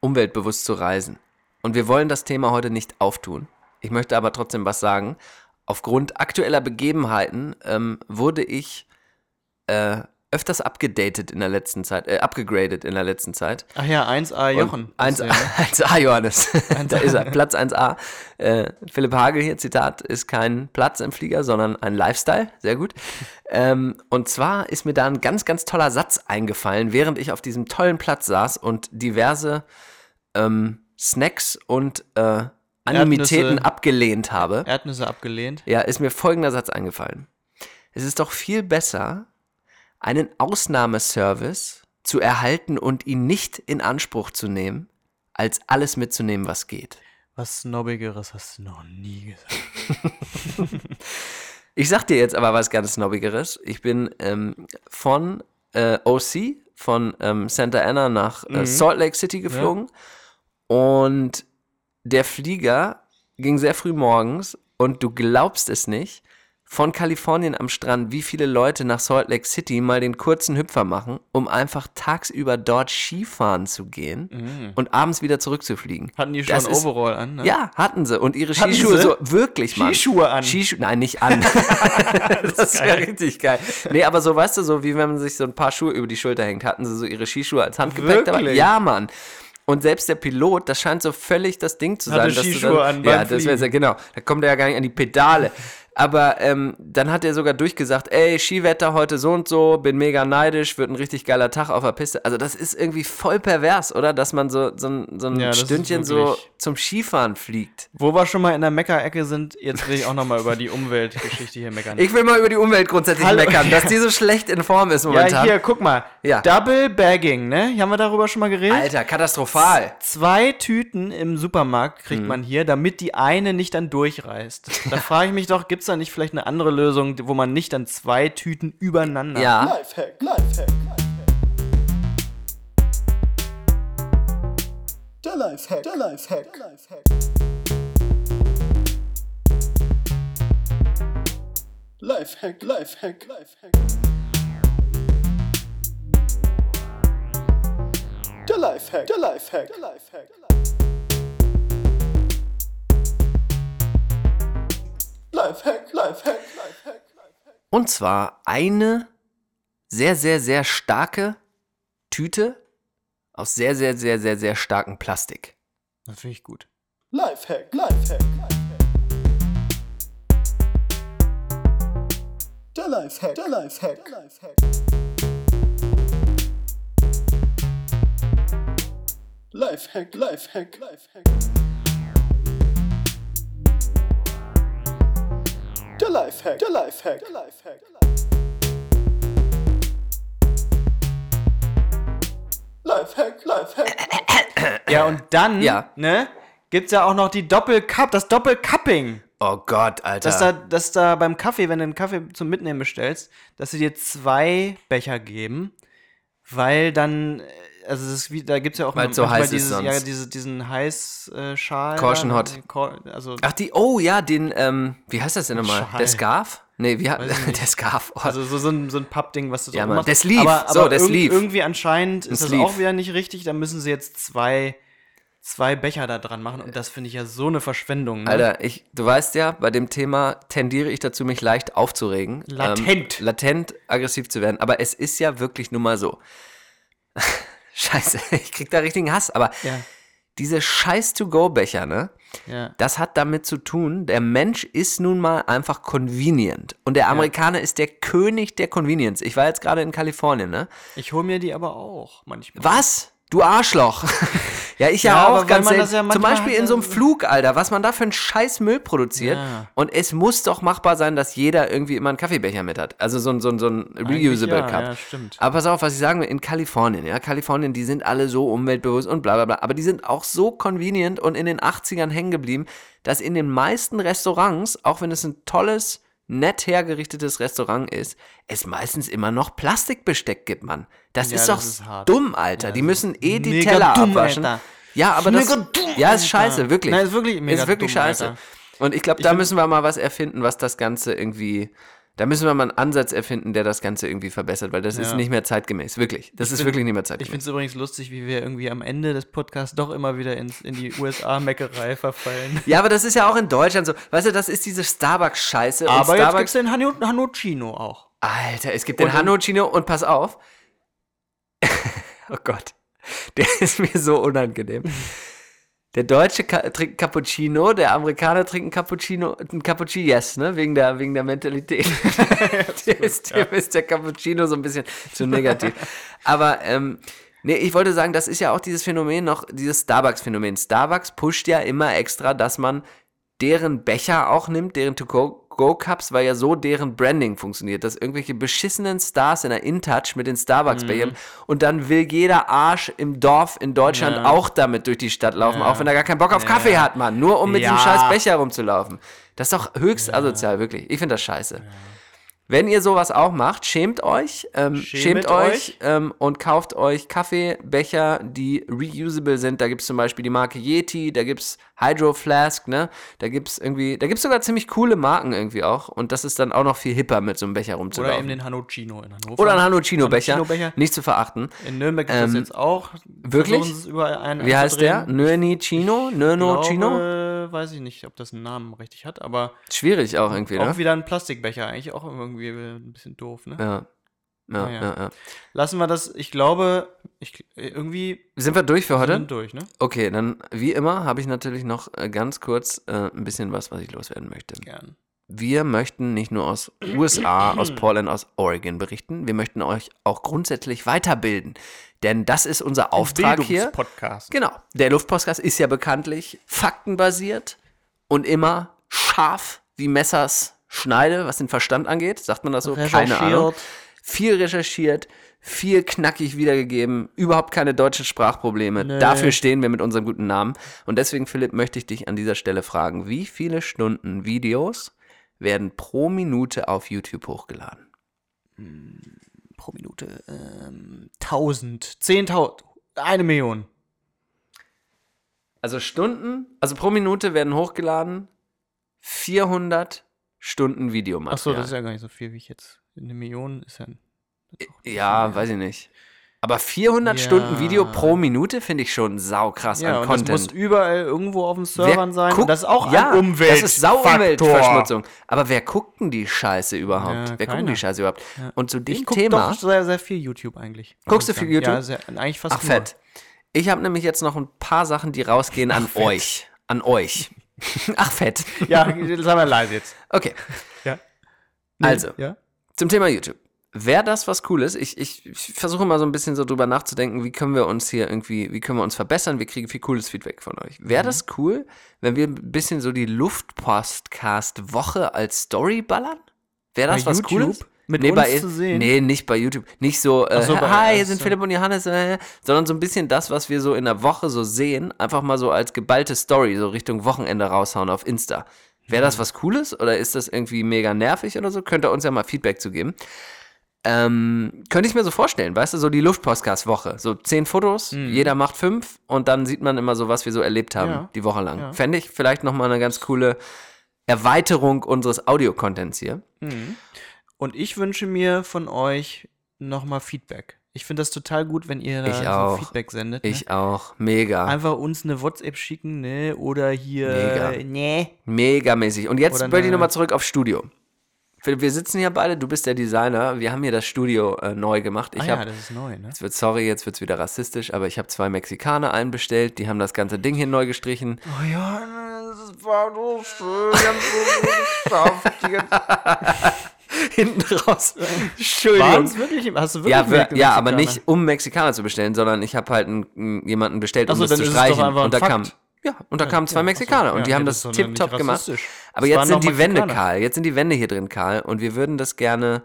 Speaker 2: Umweltbewusst zu reisen. Und wir wollen das Thema heute nicht auftun. Ich möchte aber trotzdem was sagen. Aufgrund aktueller Begebenheiten ähm, wurde ich äh, öfters abgedatet in der letzten Zeit, äh, abgegradet in der letzten Zeit.
Speaker 1: Ach ja, 1A Jochen.
Speaker 2: Und 1A, [laughs]
Speaker 1: Das ist ne?
Speaker 2: 1A Johannes. da ist er. Platz 1A. Äh, Philipp Hagel hier, Zitat, ist kein Platz im Flieger, sondern ein Lifestyle. Sehr gut. Ähm, und zwar ist mir da ein ganz, ganz toller Satz eingefallen, während ich auf diesem tollen Platz saß und diverse ähm, Snacks und äh, Animitäten
Speaker 1: Erdnüsse.
Speaker 2: abgelehnt habe,
Speaker 1: Erdnüsse abgelehnt.
Speaker 2: ja, ist mir folgender Satz eingefallen. Es ist doch viel besser, einen Ausnahmeservice zu erhalten und ihn nicht in Anspruch zu nehmen, als alles mitzunehmen, was geht.
Speaker 1: Was Snobbigeres hast du noch nie gesagt.
Speaker 2: Ich sag dir jetzt aber was ganz Snobbigeres. Ich bin ähm, von äh, OC, von ähm, Santa Ana nach
Speaker 1: Mhm.
Speaker 2: äh, Salt Lake City geflogen. Und der Flieger ging sehr früh morgens und du glaubst es nicht, von Kalifornien am Strand, wie viele Leute nach Salt Lake City mal den kurzen Hüpfer machen, um einfach tagsüber dort Skifahren zu gehen und abends wieder zurückzufliegen.
Speaker 1: Mhm. Hatten die
Speaker 2: Das
Speaker 1: schon
Speaker 2: ist-
Speaker 1: Overall an? Ne?
Speaker 2: ja, hatten sie. Und ihre
Speaker 1: Hatten
Speaker 2: Skischuhe
Speaker 1: sie?
Speaker 2: so, wirklich, Mann.
Speaker 1: Skischuhe an.
Speaker 2: Skischu Nein, nicht
Speaker 1: [laughs]
Speaker 2: an. das wäre richtig geil. Nee, aber so, weißt du, so wie wenn man sich so ein paar Schuhe über die Schulter hängt, hatten sie so ihre Skischuhe als Handgepäck dabei.
Speaker 1: Wirklich?
Speaker 2: Ja, Mann. Und selbst der Pilot, das scheint so völlig das Ding zu sein.
Speaker 1: Hatte
Speaker 2: dass du
Speaker 1: Skischuhe
Speaker 2: dann,
Speaker 1: an beim
Speaker 2: Ja, das
Speaker 1: Fliegen.
Speaker 2: wäre genau. Da kommt er ja gar nicht an die
Speaker 1: [laughs]
Speaker 2: Pedale. Aber ähm, dann hat er sogar durchgesagt, ey, Skiwetter heute so und so, bin mega neidisch, wird ein richtig geiler Tag auf der Piste. Also das ist irgendwie voll pervers, oder? Dass man so, so, ein- so ein
Speaker 1: Ja, das ist
Speaker 2: Stündchen so
Speaker 1: wirklich-
Speaker 2: zum Skifahren fliegt.
Speaker 1: Wo wir schon mal in der Mecker-Ecke sind, jetzt will ich auch nochmal über die Umweltgeschichte hier meckern.
Speaker 2: Ich will mal über die Umwelt grundsätzlich
Speaker 1: Hallo.
Speaker 2: meckern, dass die so
Speaker 1: [laughs]
Speaker 2: schlecht in Form ist
Speaker 1: ja,
Speaker 2: momentan.
Speaker 1: hier, guck mal.
Speaker 2: Ja.
Speaker 1: Double Bagging, ne? Hier haben wir darüber schon mal geredet.
Speaker 2: Alter, katastrophal.
Speaker 1: Zwei Tüten im Supermarkt
Speaker 2: Mhm.
Speaker 1: kriegt man hier, damit die eine nicht
Speaker 2: [laughs]
Speaker 1: dann durchreißt. Da frage ich mich doch, gibt es da nicht vielleicht eine andere Lösung, wo man nicht dann zwei Tüten übereinander
Speaker 2: Ja.
Speaker 4: Lifehack, Lifehack, Lifehack. Der Lifehack, der Lifehack, der Lifehack. Lifehack, Lifehack, Lifehack. Der Lifehack, der Lifehack, der Lifehack. Lifehack, Lifehack, Lifehack.
Speaker 2: Und zwar eine sehr, sehr, sehr starke Tüte aus sehr, sehr, sehr, sehr, sehr starkem Plastik.
Speaker 1: Das finde ich gut.
Speaker 4: Lifehack, Lifehack, Lifehack. Der Lifehack, der Lifehack, der Lifehack. Lifehack, Lifehack, Lifehack. Der Lifehack, der Lifehack, der Lifehack. Lifehack, Lifehack.
Speaker 1: Ja, und dann,
Speaker 2: Ja.
Speaker 1: ne, gibt es ja auch noch die Doppelcup, das Doppelcupping.
Speaker 2: Oh Gott, Alter.
Speaker 1: Dass da, dass da beim Kaffee, wenn du einen Kaffee zum Mitnehmen bestellst, dass sie dir zwei Becher geben, weil dann, äh, also das ist wie, da gibt es ja auch
Speaker 2: Weil's so
Speaker 1: manchmal
Speaker 2: heiß ist
Speaker 1: dieses, ja,
Speaker 2: sonst.
Speaker 1: diese, diesen Heißschal.
Speaker 2: Caution
Speaker 1: da,
Speaker 2: Hot.
Speaker 1: Cor- Also,
Speaker 2: Ach, die, oh ja, den, ähm, wie heißt das denn nochmal?
Speaker 1: Schal.
Speaker 2: Der Scarf? Nee, wie hat,
Speaker 1: Weiß
Speaker 2: [laughs]
Speaker 1: ich nicht.
Speaker 2: der Scarf. Oh,
Speaker 1: also so, so, ein, so ein Pappding, was du
Speaker 2: Ja,
Speaker 1: drauf
Speaker 2: Mann.
Speaker 1: machst.
Speaker 2: Der Sleeve.
Speaker 1: Aber, aber
Speaker 2: So, der
Speaker 1: irg-
Speaker 2: Sleeve.
Speaker 1: irgendwie anscheinend ist das
Speaker 2: Sleeve.
Speaker 1: auch wieder nicht richtig, da müssen sie jetzt zwei, zwei Becher da dran machen und das finde ich ja so eine Verschwendung. Ne?
Speaker 2: Alter, ich, du weißt ja, bei dem Thema tendiere ich dazu, mich leicht aufzuregen.
Speaker 1: Latent.
Speaker 2: Ähm, latent aggressiv zu werden. Aber es ist ja wirklich nun mal so. [laughs] Scheiße, [laughs] ich krieg da richtigen Hass. Aber
Speaker 1: Ja,
Speaker 2: diese scheiß To-Go-Becher, ne?
Speaker 1: ja.
Speaker 2: Das hat damit zu tun, der Mensch ist nun mal einfach convenient. Und der Amerikaner ist der König der Convenience. Ich war jetzt gerade in Kalifornien, ne?
Speaker 1: Ich hole mir die aber auch manchmal.
Speaker 2: Was? Du Arschloch. [laughs] ja, ich ja,
Speaker 1: Ja, aber
Speaker 2: auch
Speaker 1: weil
Speaker 2: ganz
Speaker 1: man
Speaker 2: selten.
Speaker 1: das ja
Speaker 2: Zum
Speaker 1: manchmal
Speaker 2: Beispiel
Speaker 1: hat,
Speaker 2: in so einem
Speaker 1: also-
Speaker 2: Flug, Alter, was man da für einen scheiß Müll produziert.
Speaker 1: Ja.
Speaker 2: Und es muss doch machbar sein, dass jeder irgendwie immer einen Kaffeebecher mit hat. Also so ein, so ein, so ein Reusable
Speaker 1: ja,
Speaker 2: Cup.
Speaker 1: ja, stimmt.
Speaker 2: Aber pass auf, was ich sagen will, in Kalifornien, ja, Kalifornien, die sind alle so umweltbewusst und bla bla bla. Aber die sind auch so convenient und in den 80ern hängen geblieben, dass in den meisten Restaurants, auch wenn es ein tolles, nett hergerichtetes Restaurant ist, es meistens immer noch Plastikbesteck gibt, Mann. Das
Speaker 1: Ja,
Speaker 2: ist
Speaker 1: das
Speaker 2: doch
Speaker 1: ist hart.
Speaker 2: dumm, Alter. die müssen eh die
Speaker 1: mega
Speaker 2: Teller
Speaker 1: dumm,
Speaker 2: abwaschen.
Speaker 1: Alter.
Speaker 2: Ja, aber das
Speaker 1: Mega dumm,
Speaker 2: ja, ist
Speaker 1: Alter.
Speaker 2: scheiße, wirklich.
Speaker 1: Nein, ist wirklich mega
Speaker 2: ist wirklich
Speaker 1: dumm,
Speaker 2: scheiße.
Speaker 1: Alter.
Speaker 2: Und ich glaube, da müssen wir mal was erfinden, was das Ganze irgendwie. Da müssen wir mal einen Ansatz erfinden, der das Ganze irgendwie verbessert, weil das ist
Speaker 1: Ja.
Speaker 2: nicht mehr zeitgemäß. Wirklich. Das ist wirklich nicht mehr
Speaker 1: Ich
Speaker 2: zeitgemäß.
Speaker 1: finde es übrigens lustig, wie wir irgendwie am Ende des Podcasts doch immer wieder ins, in die
Speaker 2: [laughs]
Speaker 1: USA-Meckerei verfallen.
Speaker 2: ja, aber das ist ja auch in Deutschland so. Weißt du, das ist diese Starbucks-Scheiße. und
Speaker 1: Aber jetzt
Speaker 2: Starbucks.
Speaker 1: gibt's den Hanu- Hanuccino auch.
Speaker 2: Alter, es gibt
Speaker 1: Und-
Speaker 2: den Hanno-Chino und pass auf. [laughs] oh Gott. Der [laughs] ist mir so unangenehm. Der Deutsche ka trinkt Cappuccino, der Amerikaner trinkt ein Cappuccino, ein Cappuccino, yes, ne? Wegen der, wegen der Mentalität. dem, ist, dem ist der Cappuccino so ein bisschen zu negativ. Aber ähm, Nee, ich wollte sagen, das ist ja auch dieses Phänomen noch, dieses Starbucks-Phänomen. Starbucks pusht ja immer extra, dass man deren Becher auch nimmt, deren To-Go-Cups, weil ja so deren Branding funktioniert, dass irgendwelche beschissenen Stars in der InTouch mit den
Speaker 1: Mhm.
Speaker 2: Starbucks-Bechern und dann will jeder Arsch im Dorf in Deutschland
Speaker 1: Ja.
Speaker 2: auch damit durch die Stadt laufen, auch wenn er gar keinen Bock auf
Speaker 1: Ja.
Speaker 2: Kaffee hat, Mann, nur um mit
Speaker 1: Ja.
Speaker 2: diesem scheiß Becher rumzulaufen. Das ist doch höchst asozial, wirklich. Ich finde das scheiße. Wenn ihr sowas auch macht, schämt euch, ähm,
Speaker 1: Schämet
Speaker 2: schämt,
Speaker 1: euch.
Speaker 2: euch ähm, und kauft euch Kaffeebecher, die reusable sind. Da gibt es zum Beispiel die Marke Yeti, da gibt es Hydro Flask, ne? Da gibt es irgendwie, da gibt es sogar ziemlich coole Marken irgendwie auch. Und das ist dann auch noch viel hipper, mit so einem Becher
Speaker 1: Oder
Speaker 2: rumzulaufen.
Speaker 1: eben den Hanocino in Hannover.
Speaker 2: Genau. Oder ein Hanocino-Becher,
Speaker 1: Hanocino-Becher.
Speaker 2: nicht zu verachten.
Speaker 1: In Nürnberg gibt es
Speaker 2: Ähm,
Speaker 1: jetzt auch.
Speaker 2: wirklich?
Speaker 1: Versuchen sie es überall ein
Speaker 2: Wie heißt der?
Speaker 1: einzudrehen.
Speaker 2: Nöni Chino? Nöno
Speaker 1: Ich
Speaker 2: Chino?
Speaker 1: glaube, Weiß ich nicht, ob das einen Namen richtig hat, aber
Speaker 2: Schwierig auch irgendwie, ne?
Speaker 1: auch wieder ein Plastikbecher. Eigentlich auch irgendwie ein bisschen doof, ne?
Speaker 2: ja. Ja,
Speaker 1: Naja.
Speaker 2: ja. Ja,
Speaker 1: Lassen wir das, ich glaube, ich, irgendwie
Speaker 2: Sind wir durch für heute?
Speaker 1: sind durch, ne?
Speaker 2: Okay, dann wie immer habe ich natürlich noch äh, ganz kurz äh, ein bisschen was, was ich loswerden möchte.
Speaker 1: Gern.
Speaker 2: Wir möchten nicht nur aus USA, aus Portland, aus Oregon berichten, wir möchten euch auch grundsätzlich weiterbilden. Denn das ist unser Auftrag hier.
Speaker 1: Bildungspodcast.
Speaker 2: Genau. Der Luftpostcast ist ja bekanntlich faktenbasiert und immer scharf wie Messers Schneide, was den Verstand angeht. Sagt man das so? Keine
Speaker 1: Recherchiert.
Speaker 2: Ahnung. Viel recherchiert, viel knackig wiedergegeben, überhaupt keine deutschen Sprachprobleme. Dafür stehen wir mit unserem guten Namen. Und deswegen, Philipp, möchte ich dich an dieser Stelle fragen, wie viele Stunden Videos werden pro Minute auf YouTube hochgeladen?
Speaker 1: Pro Minute. Ähm, 1000, 10.000, eine Million.
Speaker 2: Also Stunden, also pro Minute werden hochgeladen 400 Stunden Videomaterial.
Speaker 1: Achso, das ist ja gar nicht so viel, wie ich jetzt. Eine Million ist ja.
Speaker 2: ja, weiß ich nicht. Aber 400
Speaker 1: Ja.
Speaker 2: Stunden Video pro Minute finde ich schon saukrass
Speaker 1: Ja,
Speaker 2: an
Speaker 1: und das muss
Speaker 2: Content.
Speaker 1: überall irgendwo auf den Servern sein.
Speaker 2: guckt-
Speaker 1: und das ist auch
Speaker 2: ja,
Speaker 1: ein Umwelt.
Speaker 2: Das ist sau Umweltverschmutzung. Aber wer guckt denn die Scheiße überhaupt?
Speaker 1: Ja,
Speaker 2: wer guckt denn
Speaker 1: keiner.
Speaker 2: die Scheiße überhaupt? Und zu
Speaker 1: Ich
Speaker 2: dem
Speaker 1: gucke
Speaker 2: Thema.
Speaker 1: doch sehr, sehr viel YouTube eigentlich.
Speaker 2: Guckst du
Speaker 1: muss ich
Speaker 2: viel
Speaker 1: sagen.
Speaker 2: YouTube?
Speaker 1: Ja, sehr, eigentlich fast
Speaker 2: Ach, fett. Ich habe nämlich jetzt noch ein paar Sachen, die rausgehen an euch. An
Speaker 1: [laughs]
Speaker 2: euch. Ach, fett.
Speaker 1: Nur. Ja, sei mal
Speaker 2: [laughs]
Speaker 1: leise jetzt.
Speaker 2: Okay.
Speaker 1: Ja.
Speaker 2: Also,
Speaker 1: Ja?
Speaker 2: Zum Thema YouTube. Wäre das was Cooles? Ich, ich, ich versuche mal so ein bisschen so drüber nachzudenken, wie können wir uns hier irgendwie, wie können wir uns verbessern? Wir kriegen viel cooles Feedback von euch.
Speaker 1: Mhm.
Speaker 2: Wäre das cool, wenn wir ein bisschen so die Luftpostcast-Woche als Story ballern? Wäre das
Speaker 1: Bei
Speaker 2: was
Speaker 1: YouTube?
Speaker 2: Cooles?
Speaker 1: Mit uns zu sehen?
Speaker 2: Nee, Äh, nicht bei YouTube. Nicht so, äh,
Speaker 1: Ach so, bei- ne?
Speaker 2: hi, hier
Speaker 1: ach
Speaker 2: sind
Speaker 1: so.
Speaker 2: Philipp und Johannes, äh, sondern so ein bisschen das, was wir so in der Woche so sehen, einfach mal so als geballte Story, so Richtung Wochenende raushauen auf Insta. Wäre
Speaker 1: Mhm.
Speaker 2: das was Cooles oder ist das irgendwie mega nervig oder so? Könnt ihr uns ja mal Feedback zu geben. Ähm, könnte ich mir so vorstellen, weißt du, so die Luftpostcast-Woche. So zehn Fotos, jeder macht fünf und dann sieht man immer so, was wir so erlebt haben,
Speaker 1: Mhm. Ja.
Speaker 2: die Woche lang.
Speaker 1: Ja.
Speaker 2: Fände ich vielleicht nochmal eine ganz coole Erweiterung unseres Audio-Contents hier.
Speaker 1: Und ich wünsche mir von euch nochmal Feedback. Ich finde das total gut, wenn ihr
Speaker 2: Ich
Speaker 1: da so
Speaker 2: auch.
Speaker 1: Feedback sendet. ne?
Speaker 2: Ich auch. Mega.
Speaker 1: Einfach uns eine WhatsApp schicken, ne? Oder hier. ne?
Speaker 2: Mega.
Speaker 1: Nee.
Speaker 2: Megamäßig. Und jetzt
Speaker 1: Oder
Speaker 2: wollte
Speaker 1: eine-
Speaker 2: ich nochmal zurück aufs Studio. Wir wir sitzen hier beide, du bist der Designer, wir haben hier das Studio äh, neu gemacht. Ich
Speaker 1: ah
Speaker 2: hab,
Speaker 1: ja, das ist neu, ne?
Speaker 2: jetzt wird, sorry, jetzt wird es wieder rassistisch, aber ich habe zwei Mexikaner einbestellt, die haben das ganze Ding hier neu gestrichen.
Speaker 1: Oh ja, das war so schön. Wir haben so gut geschafft. Die ganze-
Speaker 2: [laughs] Hinten raus.
Speaker 1: Äh,
Speaker 2: Entschuldigung.
Speaker 1: Waren's wirklich? Hast du wirklich
Speaker 2: Ja, wir,
Speaker 1: gemerkt, dass
Speaker 2: ja
Speaker 1: es
Speaker 2: aber
Speaker 1: Mexikaner-
Speaker 2: nicht um Mexikaner zu bestellen, sondern ich habe halt einen, einen- jemanden bestellt, um
Speaker 1: Ach so,
Speaker 2: das
Speaker 1: dann
Speaker 2: zu
Speaker 1: ist es doch
Speaker 2: streichen.
Speaker 1: einfach ein
Speaker 2: und da
Speaker 1: Fakt.
Speaker 2: kam, ja, und da kamen zwei Mexikaner
Speaker 1: Ach so,
Speaker 2: und die
Speaker 1: ja,
Speaker 2: haben
Speaker 1: nee,
Speaker 2: das,
Speaker 1: das ist doch noch
Speaker 2: tiptop
Speaker 1: nicht
Speaker 2: gemacht.
Speaker 1: rassistisch.
Speaker 2: Aber
Speaker 1: Es
Speaker 2: jetzt
Speaker 1: waren
Speaker 2: sind
Speaker 1: noch
Speaker 2: die Wände
Speaker 1: Mexikaner.
Speaker 2: kahl, jetzt sind die Wände hier drin kahl und wir würden das gerne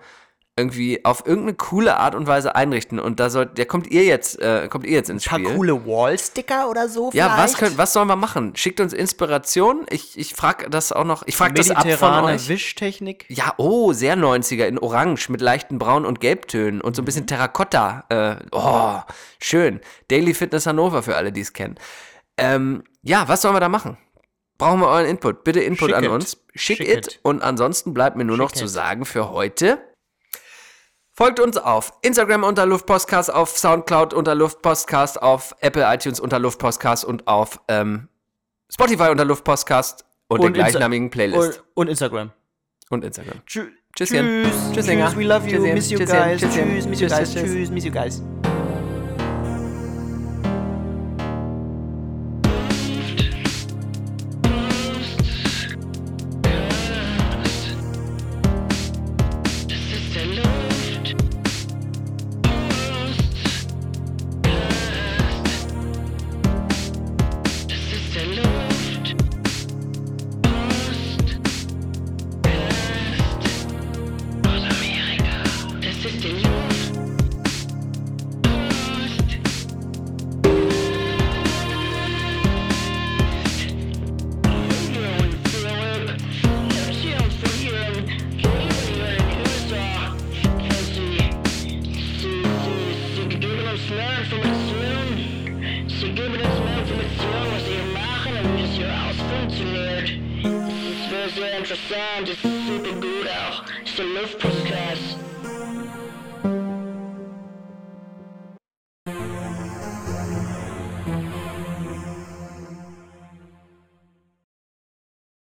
Speaker 2: irgendwie auf irgendeine coole Art und Weise einrichten und da sollt, ja, kommt ihr jetzt, äh, kommt ihr jetzt ins
Speaker 1: paar
Speaker 2: Spiel.
Speaker 1: coole Wallsticker oder so
Speaker 2: ja, was,
Speaker 1: vielleicht?
Speaker 2: können, was sollen wir machen? Schickt uns Inspiration. Ich, ich frage das auch noch. Ich frage das ab von
Speaker 1: mediterrane
Speaker 2: euch.
Speaker 1: Wischtechnik.
Speaker 2: Ja, oh, sehr 90er in Orange mit leichten Braun- und Gelbtönen und so ein
Speaker 1: Mhm.
Speaker 2: bisschen Terrakotta. Äh, oh, schön. Daily Fitness Hannover für alle, die es kennen. Ähm, ja, was sollen wir da machen? Brauchen wir euren Input. Bitte Input
Speaker 1: Schick
Speaker 2: an
Speaker 1: it.
Speaker 2: uns. Schick,
Speaker 1: Schick
Speaker 2: it.
Speaker 1: it.
Speaker 2: Und ansonsten bleibt mir nur noch
Speaker 1: Schick
Speaker 2: zu
Speaker 1: it.
Speaker 2: sagen für heute. Folgt uns auf Instagram unter Luftpostcast, auf Soundcloud unter Luftpostcast, auf Apple iTunes unter Luftpostcast und auf ähm, Spotify unter Luftpostcast und, der
Speaker 1: Und Insta-
Speaker 2: gleichnamigen Playlist
Speaker 1: Und, und Instagram.
Speaker 2: und Instagram.
Speaker 1: Tschü
Speaker 2: Tschüsschen.
Speaker 1: Tschüss.
Speaker 2: Tschüss, Inga.
Speaker 1: Tschüss. We love you.
Speaker 2: Tschüsschen.
Speaker 1: Miss you
Speaker 2: Tschüsschen.
Speaker 1: guys.
Speaker 2: Tschüsschen.
Speaker 1: Tschüss. Miss you
Speaker 2: Tschüss,
Speaker 1: guys.
Speaker 2: tschüss, tschüss.
Speaker 1: Tschüss. Miss you guys.
Speaker 5: Das ist der Luft. Prost. sehr, sehr interessant. Ist super gut auch. Ist der Luftpostcast.